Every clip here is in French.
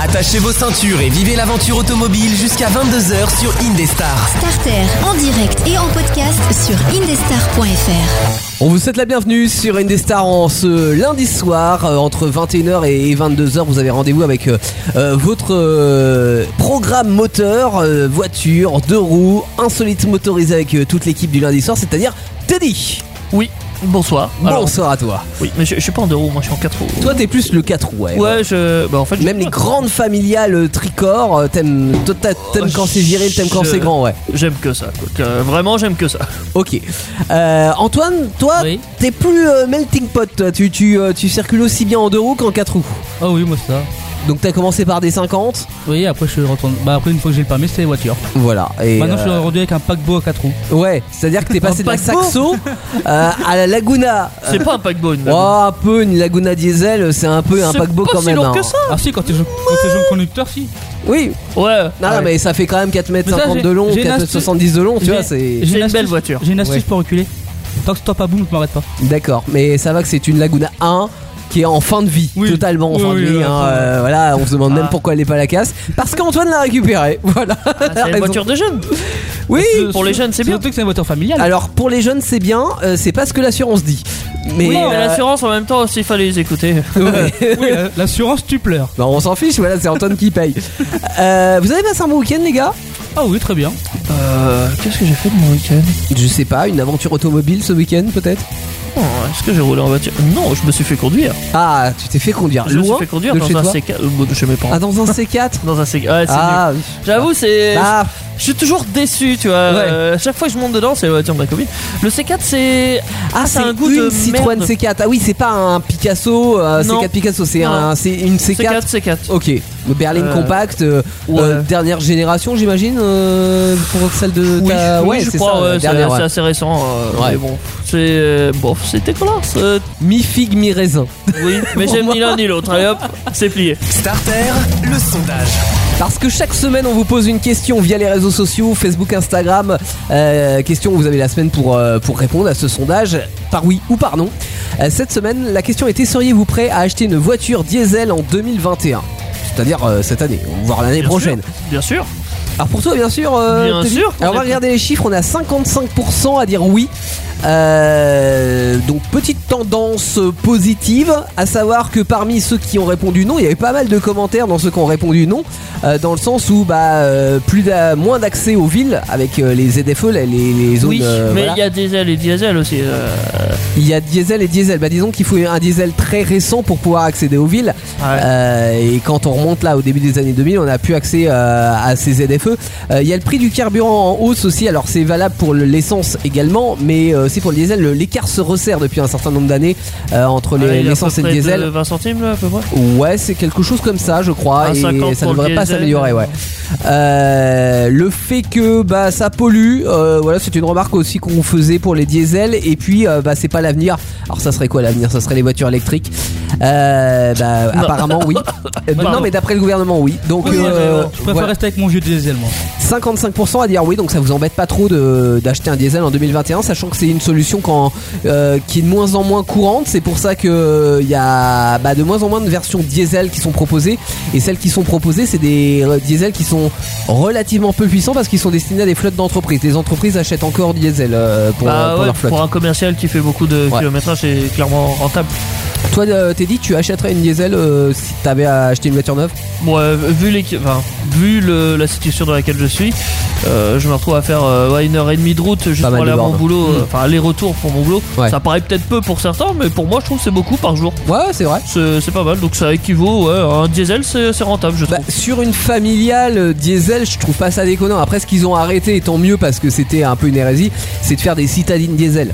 Attachez vos ceintures et vivez l'aventure automobile jusqu'à 22h sur Indestar. Starter en direct et en podcast sur indestar.fr. On vous souhaite la bienvenue sur Indestar en ce lundi soir euh, entre 21h et 22h. Vous avez rendez-vous avec euh, euh, votre euh, programme moteur, euh, voiture, deux roues, insolite motorisé avec euh, toute l'équipe du lundi soir, c'est-à-dire Teddy. Oui, bonsoir. Alors, Bonsoir à toi. oui, mais je, je suis pas en deux roues, moi je suis en quatre roues. Toi t'es plus le 4 roues. ouais, je. Bah en fait, je- ben, Même les grandes familiales euh, tricores, euh, t'aimes toi, t'as- t'aimes quand c'est viril, t'aimes quand Oh, Je- c'est grand, ouais. J'aime que ça. quoi. Que- vraiment, j'aime que ça. Ok. Euh, Antoine, toi, Oui. t'es plus euh, melting pot, toi. Tu, tu, euh, tu circules aussi bien en deux roues qu'en quatre roues. Ah oui, moi c'est ça. Donc t'as commencé par des 50, Oui, après je retourne. Bah après une fois que j'ai le permis, c'est les voitures. voilà. Et, Maintenant je suis euh, rendu avec un paquebot à 4 roues. ouais, c'est-à-dire que t'es passé de la paquebot Saxo euh, à la Laguna. C'est pas un paquebot. une Oh, un peu une Laguna diesel, c'est un peu un C'est paquebot pas quand si même. lourd hein. que ça. Ah si, quand t'es jeune, quand t'es jeune conducteur, si. Oui, Ouais. non, Ah Ouais. mais ça fait quand même 4 mètres Mais ça, 50 j'ai- de long, j'ai une 4 mètres astuce. 70 de long, tu J'ai- vois, c'est. j'ai Oh, C'est une belle astuce- voiture. J'ai une astuce Ouais. pour reculer. Tant que stop à boum, je m'arrête pas. D'accord, mais ça va que c'est une Laguna 1 qui est en fin de vie, Oui. totalement en Oui, fin oui, de vie. oui, hein, oui. euh, voilà, on se demande même Ah. pourquoi elle n'est pas à la casse. Parce qu'Antoine l'a récupérée. Voilà. Ah, c'est Raison. une voiture de jeune. Oui. pour les jeunes, c'est bien. Surtout que c'est une voiture familiale. Alors pour les jeunes c'est bien, euh, c'est pas ce que l'assurance dit. Mais, oui, mais euh, l'assurance en même temps aussi, fallait les écouter. ouais. Oui, la- l'assurance, tu pleures. Bah, on s'en fiche, voilà, c'est Antoine qui paye. Euh, vous avez passé un bon week-end les gars Ah oui, très bien. Euh, Qu'est-ce que j'ai fait de mon week-end Je sais pas, une aventure automobile ce week-end peut-être Oh, Est-ce que j'ai roulé en voiture Non, je me suis fait conduire. Ah, tu t'es fait conduire je me suis loin fait conduire de dans chez un toi C4. euh, bon, chez mes parents. Ah dans un C4 Dans un C4. Ouais, c'est nul. Ah, oui. J'avoue, c'est. Ah, Je suis toujours déçu, tu vois. Euh, chaque fois que je monte dedans, c'est la voiture de ma copine. Le C4, c'est. Ah, ça c'est a un goût une de Citroën merde. C4. Ah oui, c'est pas un Picasso, euh, Non. C4 Picasso, c'est Non. un, c'est une C4. C4, C4. Ok, berline Euh, compacte, euh, ouais. euh, dernière génération, j'imagine, euh, pour celle de Oui, ta. oui, Euh, ouais, je c'est crois, ça, ouais, la c'est- dernière. c'est ouais. assez récent. euh, Ouais. Mais bon, c'est. euh, Bon, c'était dégueulasse. Euh, Mi figue, mi raisin. oui, mais Pour j'aime moi. ni l'un ni l'autre. Allez hop, c'est plié. Starter, le sondage. Parce que chaque semaine, on vous pose une question via les réseaux sociaux, Facebook, Instagram. Euh, question, vous avez la semaine pour, euh, pour répondre à ce sondage, par oui ou par non. Euh, cette semaine, la question était seriez-vous prêt à acheter une voiture diesel en 2021 c'est-à-dire euh, cette année, voire l'année Bien prochaine. sûr, Bien sûr. Alors pour toi, bien sûr. euh, Bien t'es- sûr Alors on qu'on est va prêt. regarder les chiffres. On a 55% à dire oui. Euh, donc petite tendance positive, à savoir que parmi ceux qui ont répondu non, il y avait pas mal de commentaires dans ceux qui ont répondu non, euh, dans le sens où bah euh, plus d'a- moins d'accès aux villes avec euh, les ZFE, les, les- les zones. oui, euh, mais il voilà. y a diesel et diesel aussi. euh, il y a diesel et diesel. Bah disons qu'il faut un diesel très récent pour pouvoir accéder aux villes. ouais. Euh, et quand on remonte là au début des années 2000, on a pu accès euh, à ces ZFE. Euh, Il y a le prix du carburant en hausse aussi. Alors c'est valable pour l'essence également, mais euh, c'est pour le diesel. Le- L'écart se resserre depuis un certain nombre d'années euh, entre les- Ouais, il y a à l'essence peu et le près diesel. de 20 centimes, là, à peu près. Ouais, c'est quelque chose comme ça, je crois, Un et ça 50 ne pour le devrait pas diesel. s'améliorer. Ouais. Euh, le fait que bah ça pollue, euh, voilà, c'est une remarque aussi qu'on faisait pour les diesels. Et puis euh, bah c'est pas l'avenir. Alors ça serait quoi l'avenir Ça serait les voitures électriques. Euh, bah Non. apparemment oui. Euh, non, Pardon. mais d'après le gouvernement oui. Donc Oui, euh, je préfère voilà. rester avec mon vieux diesel, moi. 55% à dire oui, donc ça vous embête pas trop de- d'acheter un diesel en 2021, sachant que c'est une solution quand, euh, qui est de moins en moins courante. C'est pour ça que euh, il y a bah, de moins en moins de versions diesel qui sont proposées. Et celles qui sont proposées, c'est des euh, diesels qui sont relativement peu puissants parce qu'ils sont destinés à des flottes d'entreprises. Les entreprises achètent encore diesel euh, pour, Bah pour ouais, leur flotte. pour un commercial qui fait beaucoup de Ouais. kilométrage, c'est clairement rentable. Toi, euh, Teddy, tu achèterais une diesel euh, si t'avais à acheter une voiture neuve Moi, euh, vu, les, enfin, vu le- la situation dans laquelle je suis, euh, je me retrouve à faire euh, ouais, une heure et demie de route juste Pas mal pour aller de à mon bornes. Mm. boulot, euh, enfin aller-retour pour mon boulot. Ouais. Ça paraît peut-être peu pour certains, mais pour moi, je trouve que c'est beaucoup par jour. Ouais, c'est vrai. C'est c'est pas mal, donc ça équivaut ouais, à un diesel, c'est c'est rentable, je Bah, trouve. sur une familiale euh, diesel, je trouve pas ça déconnant. Après, ce qu'ils ont arrêté, et tant mieux parce que c'était un peu une hérésie, c'est de faire des citadines diesel.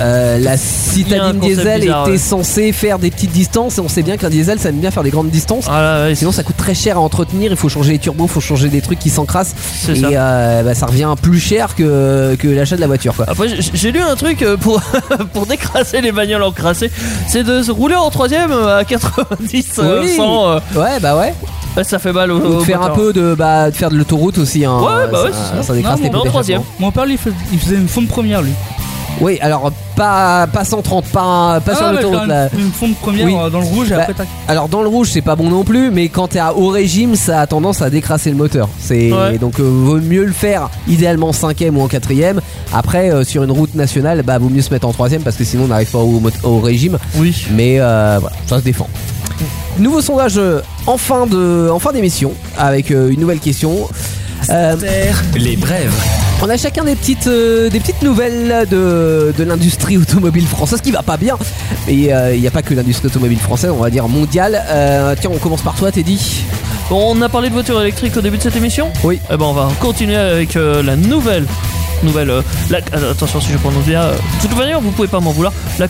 Euh, la citadine concept diesel bizarre, était ouais. censée faire des petites distances et on sait bien qu'un diesel ça aime bien faire des grandes distances. Ah là, ouais, c'est- Sinon, ça coûte très cher à entretenir. Il faut changer les turbos, il faut changer des trucs qui s'encrassent. c'est Et ça. euh, bah, ça revient plus cher que, que l'achat de la voiture. Quoi. Après, j'ai- j'ai lu un truc euh, pour, pour décrasser les bagnoles encrassées, c'est de se rouler en troisième euh, à 90, euh, Oui. 100, euh, Ouais, bah ouais. ouais, ça fait mal au, Ou au de faire un moteur. peu de, bah, de faire de l'autoroute aussi. hein. Oh, Ouais, bah ouais, ça, c'est ça. ça décrase Non, les mais en pots d'échappement. troisième. Mon père, lui, il fais- il faisait une fond de première, lui. Oui, alors pas, pas 130, pas, pas sur Ah, ouais, l'autoroute. quand là. même, Une fonte première Oui. euh, dans le rouge et Bah, après tac. Alors dans le rouge c'est pas bon non plus, mais quand t'es à haut régime ça a tendance à décrasser le moteur. C'est Ouais. donc euh, vaut mieux le faire idéalement cinquième ou en quatrième. Après euh, sur une route nationale bah vaut mieux se mettre en troisième parce que sinon on n'arrive pas au, mot- au régime. Oui. Mais euh, voilà, ça se défend. Nouveau sondage euh, en fin de en fin d'émission avec euh, une nouvelle question. Euh, Les brèves. on a chacun des petites, euh, des petites nouvelles de, de l'industrie automobile française qui va pas bien. Et euh, il n'y a pas que l'industrie automobile française, on va dire mondiale. Euh, tiens, on commence par toi, Teddy. Bon, on a parlé de voitures électriques au début de cette émission Oui. Eh ben, on va continuer avec euh, la nouvelle. Nouvelle. euh, la- ah, attention, si je prononce bien. euh, de toute manière, vous pouvez pas m'en vouloir. La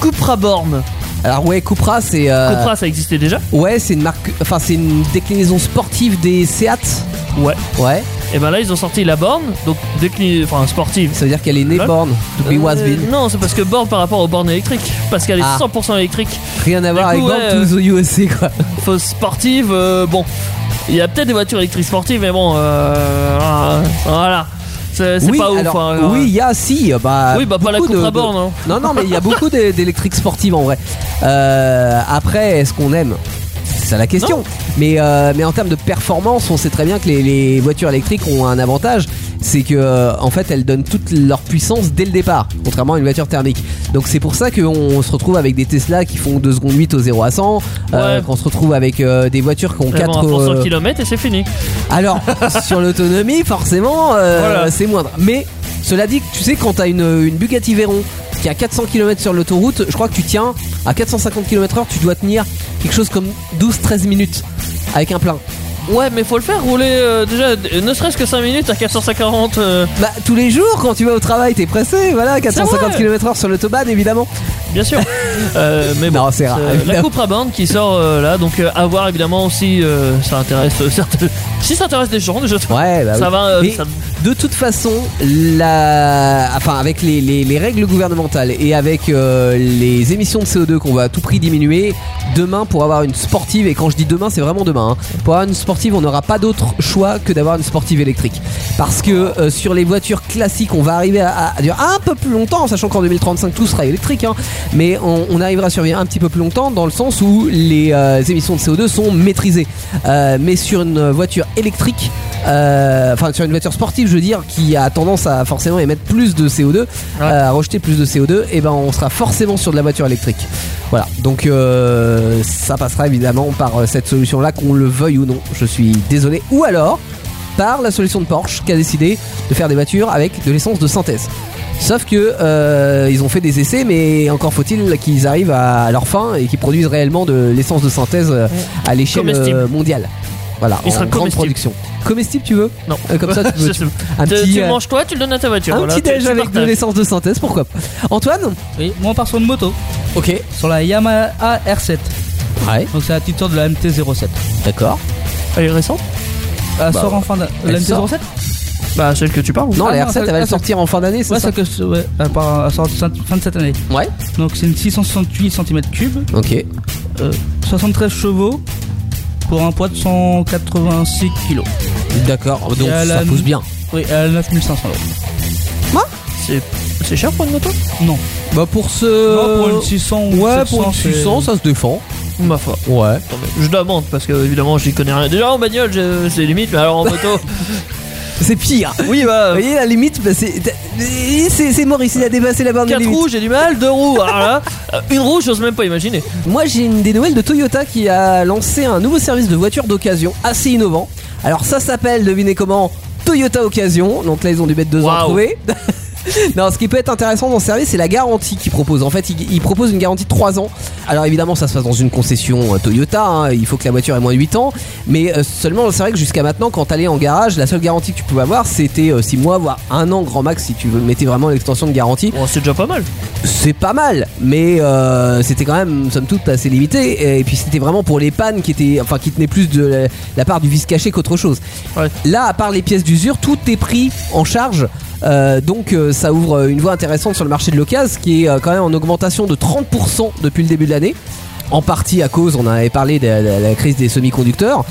Cupra Born. Alors ouais, Cupra, c'est euh, Cupra, ça existait déjà ouais, c'est une marque, enfin c'est une déclinaison sportive des Seat. Ouais. Ouais, Et ben là, ils ont sorti la Born, donc déclinée. Enfin, sportive. ça veut dire qu'elle est née Ouais. borne. To be was Euh, been. non, c'est parce que borne par rapport aux bornes électriques. Parce qu'elle est Ah. 100% électrique. Rien à voir du avec coup, Born ouais, to the USA quoi. Fausse sportive, euh, bon. Il y a peut-être des voitures électriques sportives, mais bon. euh, ah, voilà. C'est c'est oui, pas ouf. alors, hein, alors, oui, il y a si, euh, bah. Oui, bah, pas la beaucoup Cupra de- de- Born, hein. Non, non, mais il y a beaucoup d'é- d'électriques sportives en vrai. Euh, après, est-ce qu'on aime C'est ça la question. Mais, euh, mais en termes de performance, on sait très bien que les, les voitures électriques ont un avantage. C'est que euh, en fait elles donnent toute leur puissance dès le départ, contrairement à une voiture thermique. Donc c'est pour ça qu'on se retrouve avec des Tesla qui font 2 secondes 8 au 0 à 100, euh, Ouais. qu'on se retrouve avec euh, des voitures qui ont euh, Mais bon, 4 pour 100 km et c'est fini. alors, sur l'autonomie, forcément, euh, Voilà. c'est moindre. Mais cela dit, tu sais, quand t'as une, une Bugatti Veyron qui a 400 km sur l'autoroute, je crois que tu tiens à 450 km/h, tu dois tenir quelque chose comme 12-13 minutes avec un plein. Ouais, mais faut le faire rouler euh, déjà, euh, ne serait-ce que 5 minutes à 440. euh, Bah, tous les jours, quand tu vas au travail, t'es pressé, voilà, 450 vrai. km/h sur l'autobahn, évidemment. bien sûr. Euh, mais bon, Non, c'est rare, euh, la évidemment. Cupra Born qui sort euh, là, donc euh, à voir évidemment si euh, ça intéresse euh, certains- si ça intéresse des gens déjà. Ouais, bah ça oui. va. euh, Mais ça- de toute façon, la... enfin, avec les, les- les règles gouvernementales et avec euh, les émissions de CO2 qu'on va à tout prix diminuer, demain pour avoir une sportive, et quand je dis demain, c'est vraiment demain, hein, pour avoir une sportive, on n'aura pas d'autre choix que d'avoir une sportive électrique. Parce que euh, sur les voitures classiques, on va arriver à, à durer un peu plus longtemps, sachant qu'en 2035 tout sera électrique, hein, mais on, on arrivera à survivre un petit peu plus longtemps dans le sens où les euh, émissions de CO2 sont maîtrisées. Euh, mais sur une voiture électrique, euh, enfin sur une voiture sportive je veux dire qui a tendance à forcément émettre plus de CO2 euh, à rejeter plus de CO2 et ben on sera forcément sur de la voiture électrique voilà donc euh, ça passera évidemment par euh, cette solution là qu'on le veuille ou non je suis désolé ou alors par la solution de Porsche qui a décidé de faire des voitures avec de l'essence de synthèse Sauf que euh, ils ont fait des essais, mais encore faut-il qu'ils arrivent à leur fin et qu'ils produisent réellement de l'essence de synthèse euh, à l'échelle Comestible. euh, mondiale. Voilà, Il en sera grande comestible. production. Comestible, tu veux non. Euh, comme ça, tu peux- Je sais pas. un Te- petit, tu euh, le manges toi, tu le donnes à ta voiture. Un voilà, petit tu- déj tu avec de partages. l'essence de synthèse, pourquoi pas Antoine Oui, moi on part sur une moto, Ok. sur la Yamaha R7. Ouais, Donc c'est la petite sœur de la MT-07. d'accord. Elle est récente Elle Euh, sort en fin de Bah elle La sort. MT-07 Bah, celle que tu parles. Non, Ah la non, R7, ça- elle va ça- sortir en fin d'année, c'est Ouais, ça c'est que ouais, elle part- elle sort de cette- fin de cette année. Ouais. Donc c'est une 668 cm3, Ok. euh, 73 chevaux pour un poids de 186 kg. D'accord, donc Et à ça la- pousse bien. Oui, euh, à 9500 euros. C'est c'est cher pour une moto Non. Bah pour ce. Moi, pour une 600 ou Ouais, 700, pour une c'est- 600, ça se défend. Ma foi. Ouais. Attends, mais Je demande parce que évidemment j'y connais rien. Déjà en bagnole je- c'est limite, mais alors en moto. C'est pire. oui bah Vous voyez, la limite, bah, c'est c'est- c'est mort ici, il a dépassé la barre de 4 limite. roues j'ai du mal, 2 roues. Alors là, euh, une roue j'ose même pas imaginer. Moi, j'ai une des nouvelles de Toyota qui a lancé un nouveau service de voiture d'occasion assez innovant. Alors, ça s'appelle, devinez comment Toyota Occasion. Donc là, ils ont dû mettre deux ans à Waouh. trouver. Non, ce qui peut être intéressant dans ce service, c'est la garantie qu'ils proposent. En fait, ils, ils proposent une garantie de 3 ans. Alors évidemment, ça se passe dans une concession euh, Toyota, hein, il faut que la voiture ait moins de 8 ans. Mais euh, seulement, c'est vrai que jusqu'à maintenant, quand t'allais en garage, la seule garantie que tu pouvais avoir, c'était 6 mois, voire 1 an grand max si tu mettais vraiment l'extension de garantie Bon, c'est déjà pas mal. c'est pas mal, mais euh, c'était quand même, somme toute, assez limité. Et puis c'était vraiment pour les pannes qui étaient, enfin, qui tenaient plus de la, la part du vice caché qu'autre chose. Ouais. Là, à part les pièces d'usure, tout est pris en charge. Euh, donc euh, ça ouvre euh, une voie intéressante sur le marché de l'occasion qui est euh, quand même en augmentation de 30% depuis le début de l'année. En partie à cause, on en avait parlé de la, de la crise des semi-conducteurs.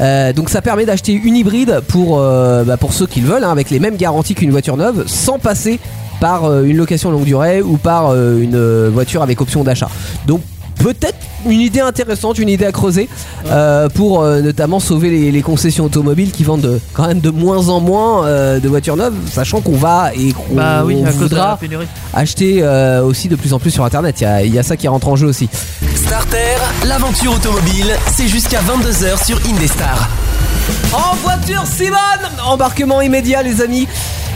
Euh, donc ça permet d'acheter une hybride pour, euh, bah, pour ceux qui le veulent, hein, avec les mêmes garanties qu'une voiture neuve, sans passer par euh, une location longue durée ou par euh, une euh, voiture avec option d'achat. Donc peut-être une idée intéressante, une idée à creuser euh, pour euh, notamment sauver les, les concessions automobiles qui vendent euh, quand même de moins en moins euh, de voitures neuves, sachant qu'on va et qu'on Bah oui, on à cause de la voudra pénurie. acheter euh, aussi de plus en plus sur internet. Il y a- Il y, a ça qui rentre en jeu aussi. Starter, l'aventure automobile, c'est jusqu'à 22h sur Indestar. En voiture, Simone Embarquement immédiat, les amis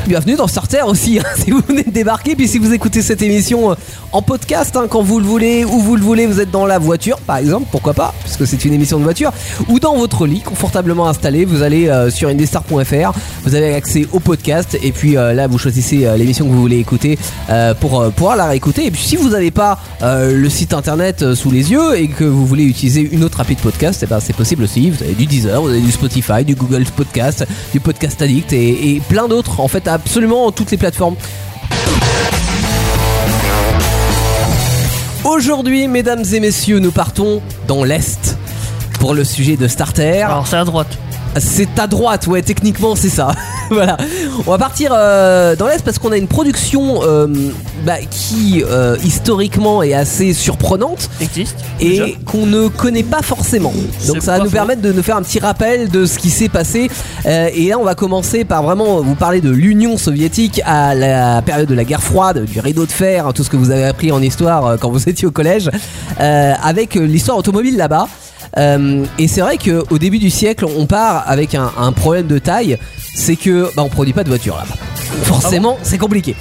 Bienvenue dans Starter aussi, hein, si vous venez de débarquer, puis si vous écoutez cette émission euh, en podcast, hein, quand vous le voulez, où vous le voulez, vous êtes dans la voiture, par exemple, pourquoi pas, puisque c'est une émission de voiture, ou dans votre lit, confortablement installé, vous allez euh, sur indestar.fr, vous avez accès au podcast, et puis euh, là, vous choisissez euh, l'émission que vous voulez écouter euh, pour euh, pouvoir la réécouter, et puis si vous n'avez pas euh, le site internet euh, sous les yeux, et que vous voulez utiliser une autre appli de podcast, eh ben, c'est possible aussi, vous avez du Deezer, vous avez du Spotify, du Google Podcast, du Podcast Addict, et- et plein d'autres, en fait, absolument toutes les plateformes. Aujourd'hui, mesdames et messieurs, nous partons dans l'Est pour le sujet de Starter. Alors c'est à droite. C'est à droite, ouais, techniquement c'est ça. voilà. On va partir euh, dans l'Est parce qu'on a une production euh, bah, qui, euh, historiquement, est assez surprenante Existe. déjà. et qu'on ne connaît pas forcément. Donc C'est ça va pas nous faux. permettre de nous faire un petit rappel de ce qui s'est passé. Euh, et là, on va commencer par vraiment vous parler de l'Union soviétique à la période de la guerre froide, du rideau de fer, hein, tout ce que vous avez appris en histoire euh, quand vous étiez au collège, euh, avec euh, l'histoire automobile là-bas. Euh, et c'est vrai qu'au début du siècle, on part avec un, un problème de taille, c'est que bah, on produit pas de voitures là-bas. Forcément, Ah c'est compliqué.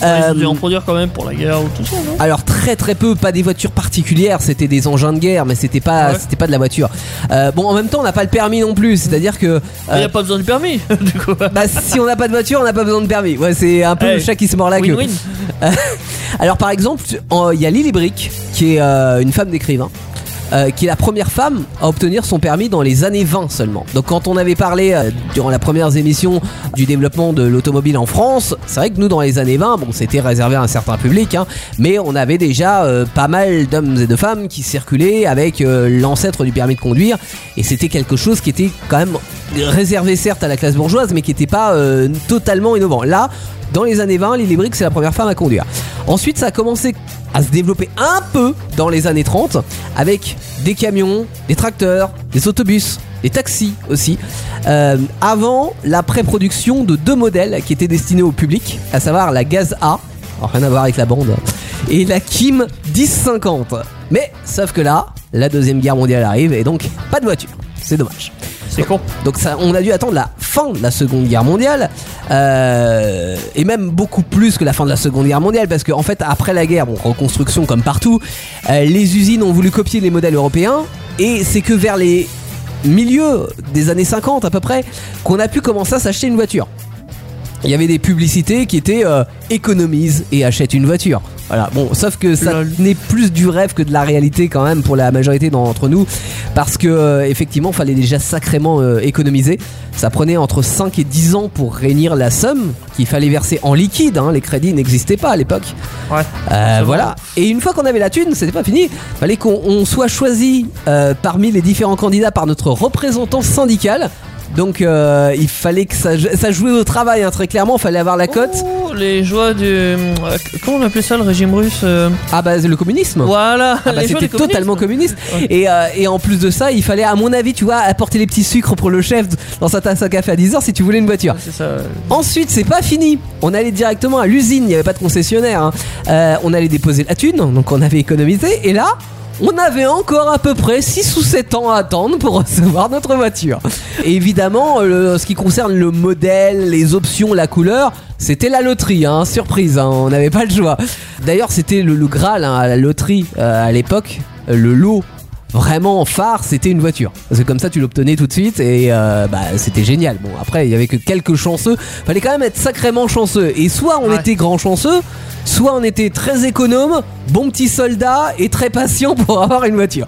Ils ont dû Euh, en produire quand même pour la guerre ou tout ça, non alors très très peu, pas des voitures particulières, c'était des engins de guerre, mais c'était pas Ouais. c'était pas de la voiture. Euh, bon, en même temps, on n'a pas le permis non plus, c'est-à-dire que euh, Il n'y a pas besoin du permis, du coup. bah, si on n'a pas de voiture, on n'a pas besoin de permis. Ouais, c'est un peu Ouais. le chat qui se mord la queue. Win-win. Euh, Alors par exemple, en- il y a Lily Brick, qui est euh, une femme d'écrivain. euh, qui est la première femme à obtenir son permis dans les années 20 seulement. Donc quand on avait parlé euh, durant la première émission du développement de l'automobile en France, c'est vrai que nous dans les années 20, bon c'était réservé à un certain public, hein, mais on avait déjà euh, pas mal d'hommes et de femmes qui circulaient avec euh, l'ancêtre du permis de conduire, et c'était quelque chose qui était quand même réservé certes à la classe bourgeoise, mais qui n'était pas euh, totalement innovant. Là, dans les années 20, Lily Brick, c'est la première femme à conduire. Ensuite, ça a commencé à se développer un peu dans les années 30 avec des camions, des tracteurs, des autobus, des taxis aussi. Euh, avant la pré-production de deux modèles qui étaient destinés au public, à savoir la Gaz A, alors rien à voir avec la bande, et la Kim 1050. Mais sauf que là, la deuxième guerre mondiale arrive et donc pas de voiture. C'est dommage. C'est con. Donc ça, on a dû attendre la fin de la Seconde Guerre mondiale, euh, et même beaucoup plus que la fin de la Seconde Guerre mondiale, parce qu'en en fait, après la guerre, bon, reconstruction comme partout, euh, les usines ont voulu copier les modèles européens, et c'est que vers les milieux des années 50 à peu près, qu'on a pu commencer à s'acheter une voiture il y avait des publicités qui étaient euh, économise et achète une voiture. Voilà, bon, sauf que ça Lol. n'est plus du rêve que de la réalité quand même pour la majorité d'entre nous, parce que euh, effectivement, fallait déjà sacrément euh, économiser. Ça prenait entre 5 et 10 ans pour réunir la somme qu'il fallait verser en liquide. hein. Les crédits n'existaient pas à l'époque. Ouais. Euh, C'est voilà. Et une fois qu'on avait la thune, c'était pas fini. Fallait qu'on on soit choisi euh, parmi les différents candidats par notre représentant syndical. Donc euh, il fallait que ça, ça jouait au travail hein, très clairement. Fallait avoir la cote. Oh, les joies du. euh, Comment on appelait ça le régime russe euh, Ah bah le communisme. Voilà. Ah bah, les joies c'était des communistes. totalement communiste Ouais. et, euh, et en plus de ça il fallait à mon avis tu vois apporter les petits sucres pour le chef dans sa tasse à café à 10h si tu voulais une voiture C'est ça. euh, Ensuite, c'est pas fini. On allait directement à l'usine, il n'y avait pas de concessionnaire. hein. Euh, on allait déposer la thune, donc on avait économisé. Et là, on avait encore à peu près 6 ou 7 ans à attendre pour recevoir notre voiture. Et évidemment, euh, le- ce qui concerne le modèle, les options, la couleur, c'était la loterie, hein, surprise, hein, on n'avait pas le choix. D'ailleurs, c'était le, le Graal hein, à la loterie euh, à l'époque, euh, le lot vraiment phare, c'était une voiture. Parce que comme ça, tu l'obtenais tout de suite et euh, bah, c'était génial. Bon, après, il y avait que quelques chanceux. Fallait quand même être sacrément chanceux. Et soit on Ouais. était grand chanceux, soit on était très économe, bon petit soldat et très patient pour avoir une voiture.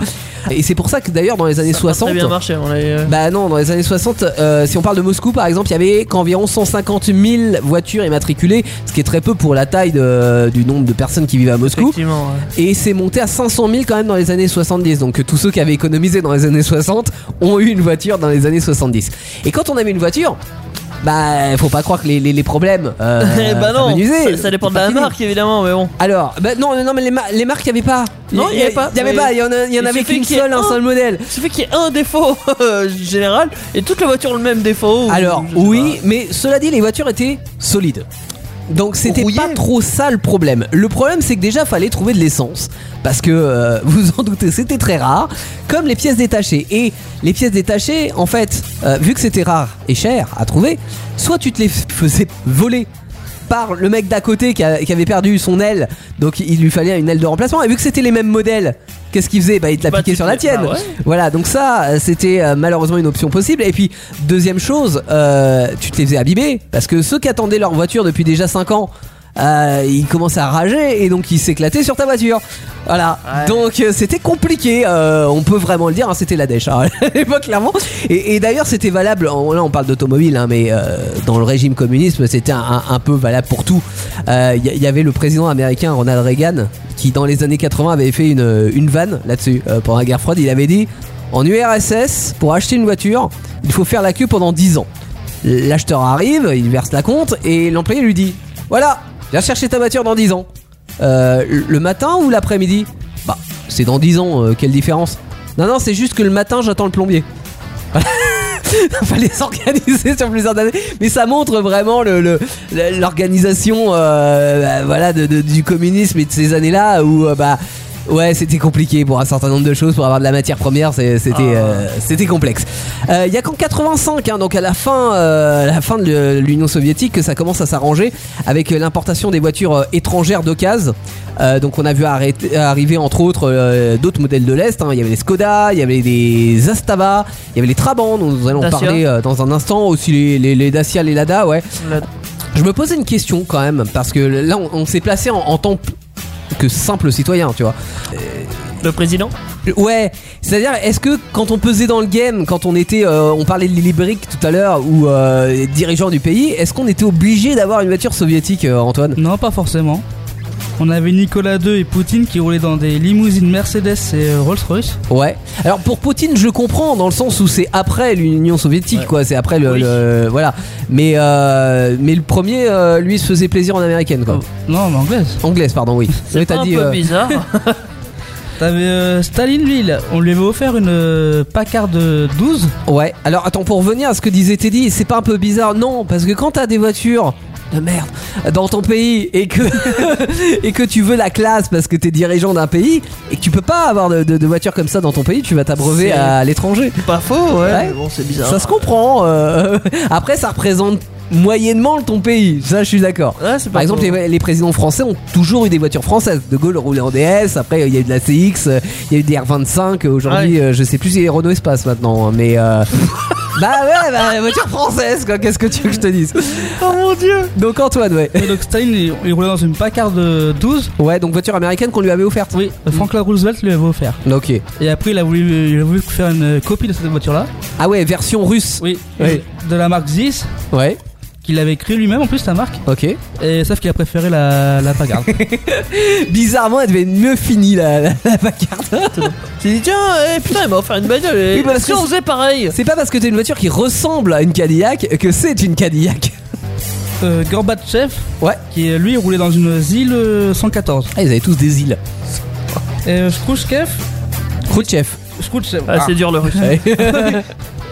Et c'est pour ça que d'ailleurs, dans les années Ça a pas 60. très bien marché. On avait, euh, Bah non, dans les années 60, euh, si on parle de Moscou par exemple, il y avait qu'environ 150 000 voitures immatriculées, ce qui est très peu pour la taille de- du nombre de personnes qui vivent à Moscou. effectivement. ouais. Et c'est monté à 500 000 quand même dans les années 70. Donc euh, tous ceux qui avaient économisé dans les années 60 ont eu une voiture dans les années 70. Et quand on avait une voiture, Bah, faut pas croire que les, les- les problèmes. euh, Eh ça bah non, peut nuiser. ça, ça dépend de C'est pas la fini. marque évidemment, mais bon. Alors, bah non, non, mais les, mar- les marques, il n'y avait pas. Non, il y avait pas. Il y avait Mais- pas, il y en, a- il y en Il avait suffit qu'une qu'il y ait seule, un un. seul modèle. Ça fait qu'il y a un défaut euh, général et toute la voiture le même défaut. ou- Alors, Oh, je sais oui, mais cela dit, les voitures étaient solides. Donc c'était Rouillées. pas trop ça le problème. Le problème c'est que déjà fallait trouver de l'essence parce que euh, vous en doutez c'était très rare comme les pièces détachées et les pièces détachées en fait euh, vu que c'était rare et cher à trouver soit tu te les faisais voler par le mec d'à côté qui, a- qui avait perdu son aile donc il lui fallait une aile de remplacement et vu que c'était les mêmes modèles qu'est-ce qu'il faisait bah il te la Bah, piquait tu sur la te la- tienne bah ouais. voilà, donc ça, euh, c'était euh, malheureusement une option possible. Et puis, deuxième chose, euh, tu te les faisais abîmer. Parce que ceux qui attendaient leur voiture depuis déjà 5 ans, euh, ils commençaient à rager et donc ils s'éclataient sur ta voiture. Voilà. Donc, euh, c'était compliqué. euh, on peut vraiment le dire, hein, c'était la dèche hein, à l'époque, clairement. Et, et d'ailleurs, c'était valable. en- Là, on parle d'automobile, hein, mais euh, dans le régime communiste, c'était un, un- un peu valable pour tout. Euh, Il y, y avait le président américain Ronald Reagan qui, dans les années 80, avait fait une, une vanne là-dessus euh, pendant la guerre froide. Il avait dit en URSS, pour acheter une voiture, il faut faire la queue pendant 10 ans. L'acheteur arrive, il verse la compte et l'employé lui dit Voilà, viens chercher ta voiture dans 10 ans. Euh, le matin ou l'après-midi Bah, c'est dans 10 ans, euh, quelle différence Non, non, c'est juste que le matin, j'attends le plombier. fallait s'organiser sur plusieurs années mais ça montre vraiment le- le- le- l'organisation euh, bah, voilà de- de- du communisme et de ces années là où euh, bah Ouais, c'était compliqué pour un certain nombre de choses, pour avoir de la matière première, c'est- c'était euh, c'était complexe. Euh, Il y a qu'en 85, hein, donc à la fin, euh, à la fin de l'Union soviétique, que ça commence à s'arranger avec l'importation des voitures euh, étrangères d'occasion. Euh, donc on a vu arrêter- arriver entre autres euh, d'autres modèles de l'Est. hein. Il y avait les Skoda, il y avait les Astava, il y avait les Trabant dont nous allons Dacia. parler euh, dans un instant. Aussi les, les, les Dacia, les Lada, ouais. pas. La- Je me posais une question quand même, parce que là on, on s'est placé en, en tant p- que simple citoyen, tu vois. Le président Ouais, c'est-à-dire, est-ce que quand on pesait dans le game, quand on était, euh, on parlait de Lily Brick tout à l'heure, ou euh, les dirigeants du pays, est-ce qu'on était obligé d'avoir une voiture soviétique, euh, Antoine Non, pas forcément. On avait Nicolas II et Poutine qui roulaient dans des limousines Mercedes et euh, Rolls-Royce. Ouais. Alors pour Poutine, je comprends dans le sens où c'est après l'Union soviétique, quoi. C'est après le, Oui. le- voilà. Mais euh, mais le premier, euh, lui, se faisait plaisir en américaine, Mmh. quoi. Euh, Non, mais anglaise. Anglaise, pardon, oui. Mais C'est t'as pas un dit, peu euh, bizarre. T'avais euh, Staline, lui, il a- on lui avait offert une euh, Packard euh, 12. Ouais, alors attends, pour revenir à ce que disait Teddy, c'est pas un peu bizarre Non, parce que quand t'as des voitures de merde dans ton pays et que, et que tu veux la classe parce que t'es dirigeant d'un pays et que tu peux pas avoir de, de- de voiture comme ça dans ton pays, tu vas t'abreuver C'est- à l'étranger. pas faux, ouais. Ouais. mais bon, c'est bizarre. Ça se comprend. euh, Après, ça représente moyennement ton pays, ça je suis d'accord. Ouais, c'est pas Par exemple, faux. les, les présidents français ont toujours eu des voitures françaises. De Gaulle roulait en DS, après il y a eu de la CX, euh, il y a eu des R25, euh, aujourd'hui euh, je sais plus, c'est Renault Espace maintenant, mais... euh, bah ouais, bah, voiture française, quoi, qu'est-ce que tu veux que je te dise Oh mon dieu Donc Antoine, ouais. Et donc Staline, il, il roulait dans une Packard euh, 12. Ouais, donc voiture américaine qu'on lui avait offerte. Oui, euh, Franklin Roosevelt lui avait offert. Ok. Et après, il a voulu, il a voulu faire une euh, copie de cette voiture-là. Ah ouais, version russe. Oui. Oui. De la marque Zis, Ouais, qu'il avait créé lui-même en plus, la marque. ok. Et sauf qu'il a préféré la, la Packard. Bizarrement, elle devait être mieux finie, la, la, la Packard. J'ai dit, tiens, eh, putain, il m'a offert une bagnole. Et Oui, bah, parce si que- on faisait pareil C'est pas parce que t'as une voiture qui ressemble à une Cadillac que c'est une Cadillac. euh, Gorbatchev, Ouais. qui euh, lui roulait dans une Zil euh, 114. Ah, ils avaient tous des îles. Et euh, Khrushchev, Khrouchtchev. Khrushchev, Ah, c'est dur le russe. Ouais.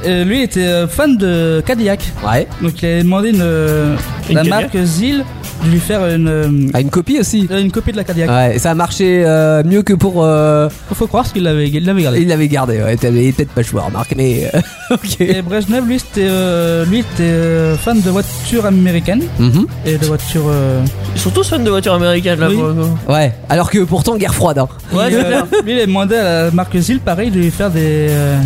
euh, lui était euh, fan de Cadillac. ouais. Donc il avait demandé une, euh, Une la Cadillac marque Zil de lui faire une, euh, Ah, une copie aussi. une copie de la Cadillac. Ouais, ça a marché euh, mieux que pour. euh, Faut croire ce qu'il l'avait il l'avait gardé. il l'avait gardé, ouais. T'avais peut-être pas choix, remarque, mais. euh, ok. Et Brezhnev, lui, c'était euh, lui était euh, fan de voitures américaines Mhm. et de voitures. euh, Ils sont tous fans de voitures américaines là. Oui. pour le coup. Ouais, alors que pourtant, guerre froide. hein. et, euh, lui, il a demandé à la marque Zil, pareil, de lui faire des euh,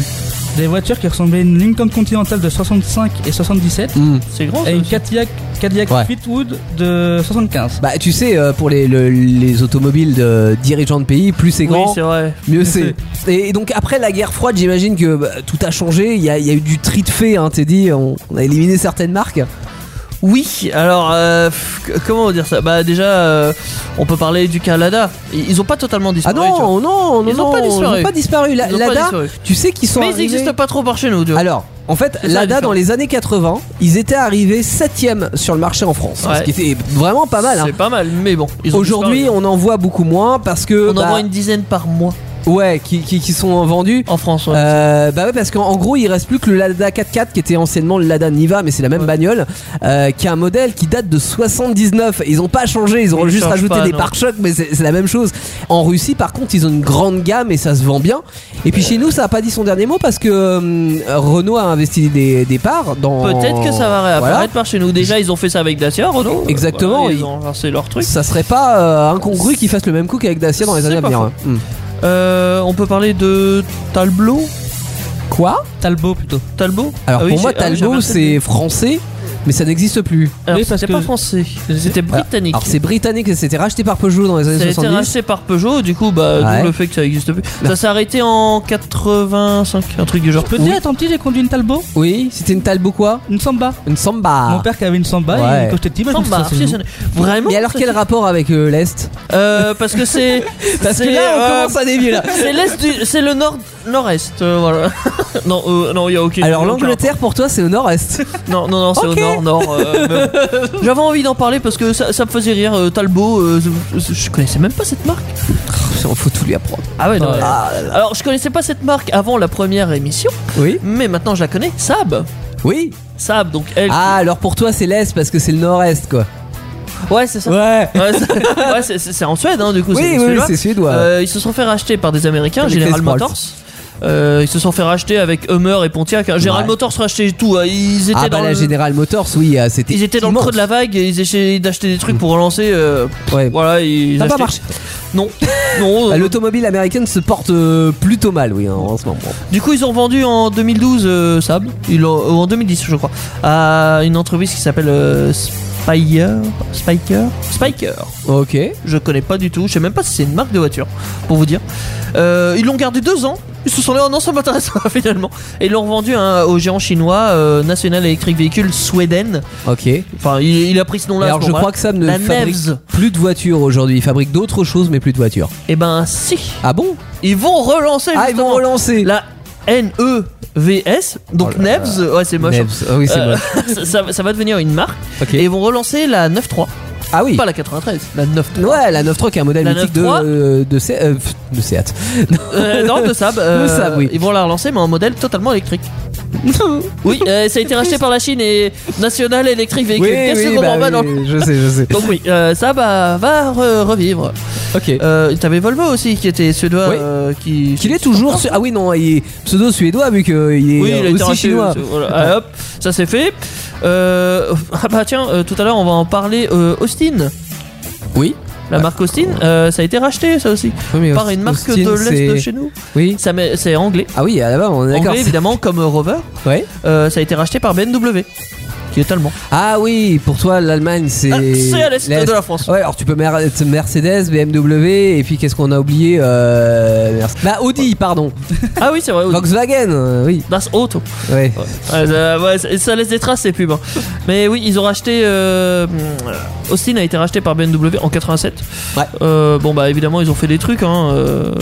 des voitures qui ressemblaient à une Lincoln Continental de 65 et 77 Hmm. C'est grand. ça, et une aussi. Cadillac Cadillac Ouais. Fleetwood de 75. Bah, tu sais, euh, pour les, le- les automobiles de dirigeants de pays, plus c'est Oui, grand, c'est vrai. mieux c'est. Et donc, après la guerre froide, j'imagine que bah, tout a changé. Il y a, il y a eu du tri de fait, hein, t'es dit. On, on a éliminé certaines marques. Oui, alors euh, pff, c- comment dire ça Bah déjà, euh, on peut parler du Canada. Ils ils ont pas totalement Ah disparu. tu vois. non, non, non, Ils ont non, pas disparu. Ils ont pas disparu. La- Ils ont pas Lada, disparu. tu sais qu'ils sont mais ils arrivés- Ah, n'existent pas trop par chez nous. tu vois. Alors, En fait, ça, la Lada différence. dans les années 80, ils étaient arrivés 7ème sur le marché en France, Ouais. ce qui était vraiment pas mal. hein. C'est pas mal, mais bon. ils ont Aujourd'hui, disparu. hein. on en voit beaucoup moins parce que on en bah, vend une dizaine par mois ouais, qui, qui- qui sont vendus. en France. ouais. Euh, bah ouais parce qu'en en gros il reste plus que le Lada 4x4 qui était anciennement le Lada Niva mais c'est la même bagnole euh, qui a un modèle qui date de 79 ils ont pas changé ils ont Ils juste changent rajouté pas, des non. pare-chocs mais c'est c'est la même chose en Russie par contre ils ont une grande gamme et ça se vend bien et puis chez nous ça a pas dit son dernier mot parce que hum, Renault a investi des, des parts dans Peut-être que ça va réapparaître Voilà. par chez nous. Déjà, ils ont fait ça avec Dacia, Renault. Exactement, Voilà, ils ils- ont lancé leur truc. ça serait pas euh, incongru qu'ils fassent le même coup qu'avec Dacia dans les C'est années à pas venir faux. hein. Hum. Euh, on peut parler de Talbot quoi Talbot plutôt. Talbot Alors Ah oui, pour moi, c'est- ah oui, j'avais Talbot un c'est truc. français, mais ça n'existe plus. Alors, Oui, parce c'était que- pas français, c'était britannique. Alors c'est britannique, et c'était racheté par Peugeot dans les ça a années été 70. racheté par Peugeot, du coup, bah, d'où Ouais. le fait que ça n'existe plus. Bah. Ça s'est arrêté en 85, un truc du genre. Petit, à ton petit, j'ai conduit une Talbot, Oui, c'était une Talbot quoi une Samba. Une Samba. Mon père qui avait une Samba, Ah. Ouais. et quand j'étais petit, bah, je me suis Samba, dit, ça, c'est obsessionnel. Vraiment Mais alors quel rapport avec euh, l'Est Euh, Parce que c'est. Parce que c'est, là on euh, commence à dévier là. C'est l'est du, c'est le nord, nord-est, euh, voilà. non, euh, non, il y a aucune. Alors aucun l'Angleterre pour toi c'est au nord-est. Oh, rapport. Non, non, non, c'est Ok. au nord, nord. euh, mais bon. J'avais envie d'en parler parce que ça, ça me faisait rire. euh, Talbot, euh, je, je connaissais même pas cette marque. Il faut tout lui apprendre. Ah ouais. Non, Ouais. ouais. Ah, là, là. Alors, je connaissais pas cette marque avant la première émission, oui, mais maintenant je la connais. Saab. oui. Saab, donc elle. Ah alors pour toi c'est l'Est parce que c'est le nord-est quoi. Ah, Ouais, c'est ça. Ouais. Ouais, c'est- ouais, c'est- c'est c'est en Suède, hein, du coup. Oui, c'est- oui, celui-là. c'est suédois. Euh, ils se sont fait racheter par des Américains, Comme les General Chris Paul. Motors. Euh, ils se sont fait racheter avec Hummer et Pontiac. hein. General Ouais. Motors rachetait tout. hein. Ils étaient ah dans bah la le... General Motors, oui, euh, c'était. Ils étaient dans le immense. creux de la vague et ils essayaient d'acheter des trucs pour relancer. euh, Ouais. Voilà, ils Ça a pas achetaient- marché. Non, non. Bah, euh, L'automobile américaine se porte euh, plutôt mal, oui, hein, en ce moment. Du coup, ils ont vendu en 2012 euh, Saab, ils l'ont- ou en 2010 je crois, à une entreprise qui s'appelle euh, Spire, Spiker, Spiker. Ok. Je connais pas du tout, je sais même pas si c'est une marque de voiture, pour vous dire. Euh, ils l'ont gardé deux ans, ils se sont dit oh non ça m'intéresse pas finalement, et ils l'ont revendu hein, au géant chinois euh, National Electric Vehicle Sweden. Ok. Enfin, il, il a pris ce nom-là. Alors je crois que Sam ne La fabrique Nevs. plus de voitures aujourd'hui. Il fabrique d'autres choses, mais plus de voitures. Et ben si, Ah bon ils vont relancer. Ah, ils vont justement. relancer. la N-E-V-S, donc Oh là Nevs, ouais c'est moche. Nevs. Ah oui, c'est Euh, moche. ça- ça, ça va devenir une marque Ok. et ils vont relancer la 9.3, ah oui. pas la 93, la 9.3. Ouais, la 9.3 qui est un modèle La mythique de, 9.3. euh, de, Se- euh, pff, de Seat. Euh, non, de Saab. euh, De Saab, oui. Ils vont la relancer, mais en modèle totalement électrique. oui, euh, ça a été racheté par la Chine et National Electric Vehicle. Qu'est-ce qu'on bah en va dans- oui, je sais, je sais. Donc oui, euh, Saab euh, va re- revivre. Ok. Euh, T'avais Volvo aussi qui était suédois, Oui. euh, qui. Qu'il est toujours. su- Ah oui, non, il est pseudo-suédois vu qu'il est Oui, euh, il a été aussi racheté, chinois. euh, voilà. Ah, hop, ça c'est fait. Euh, ah bah tiens, euh, tout à l'heure on va en parler. euh, Austin, Oui. la Ouais. marque Austin, euh, ça a été racheté ça aussi. Ah. Oui, mais par Aust- une marque Austin, de l'Est de c'est- chez nous. Oui. Ça met- C'est anglais. Ah oui, là-bas, on est d'accord. Anglais évidemment comme euh, Rover. Ouais. Euh, ça a été racheté par BMW, qui est allemand. Ah oui, pour toi, l'Allemagne, c'est. Ah, C'est à l'Est de la France. Ouais, alors tu peux mer- Mercedes, BMW, et puis qu'est-ce qu'on a oublié euh, Merce- Bah, Audi, pardon. Ah oui, c'est vrai. Audi. Volkswagen, euh, oui. Das Auto. Ouais. Ouais. Ouais, ça, ouais, ça- ça laisse des traces ces pubs. hein. Mais oui, ils ont racheté. euh, Austin a été racheté par BMW en 87. Ouais. Euh, bon bah évidemment ils ont fait des trucs. hein, euh.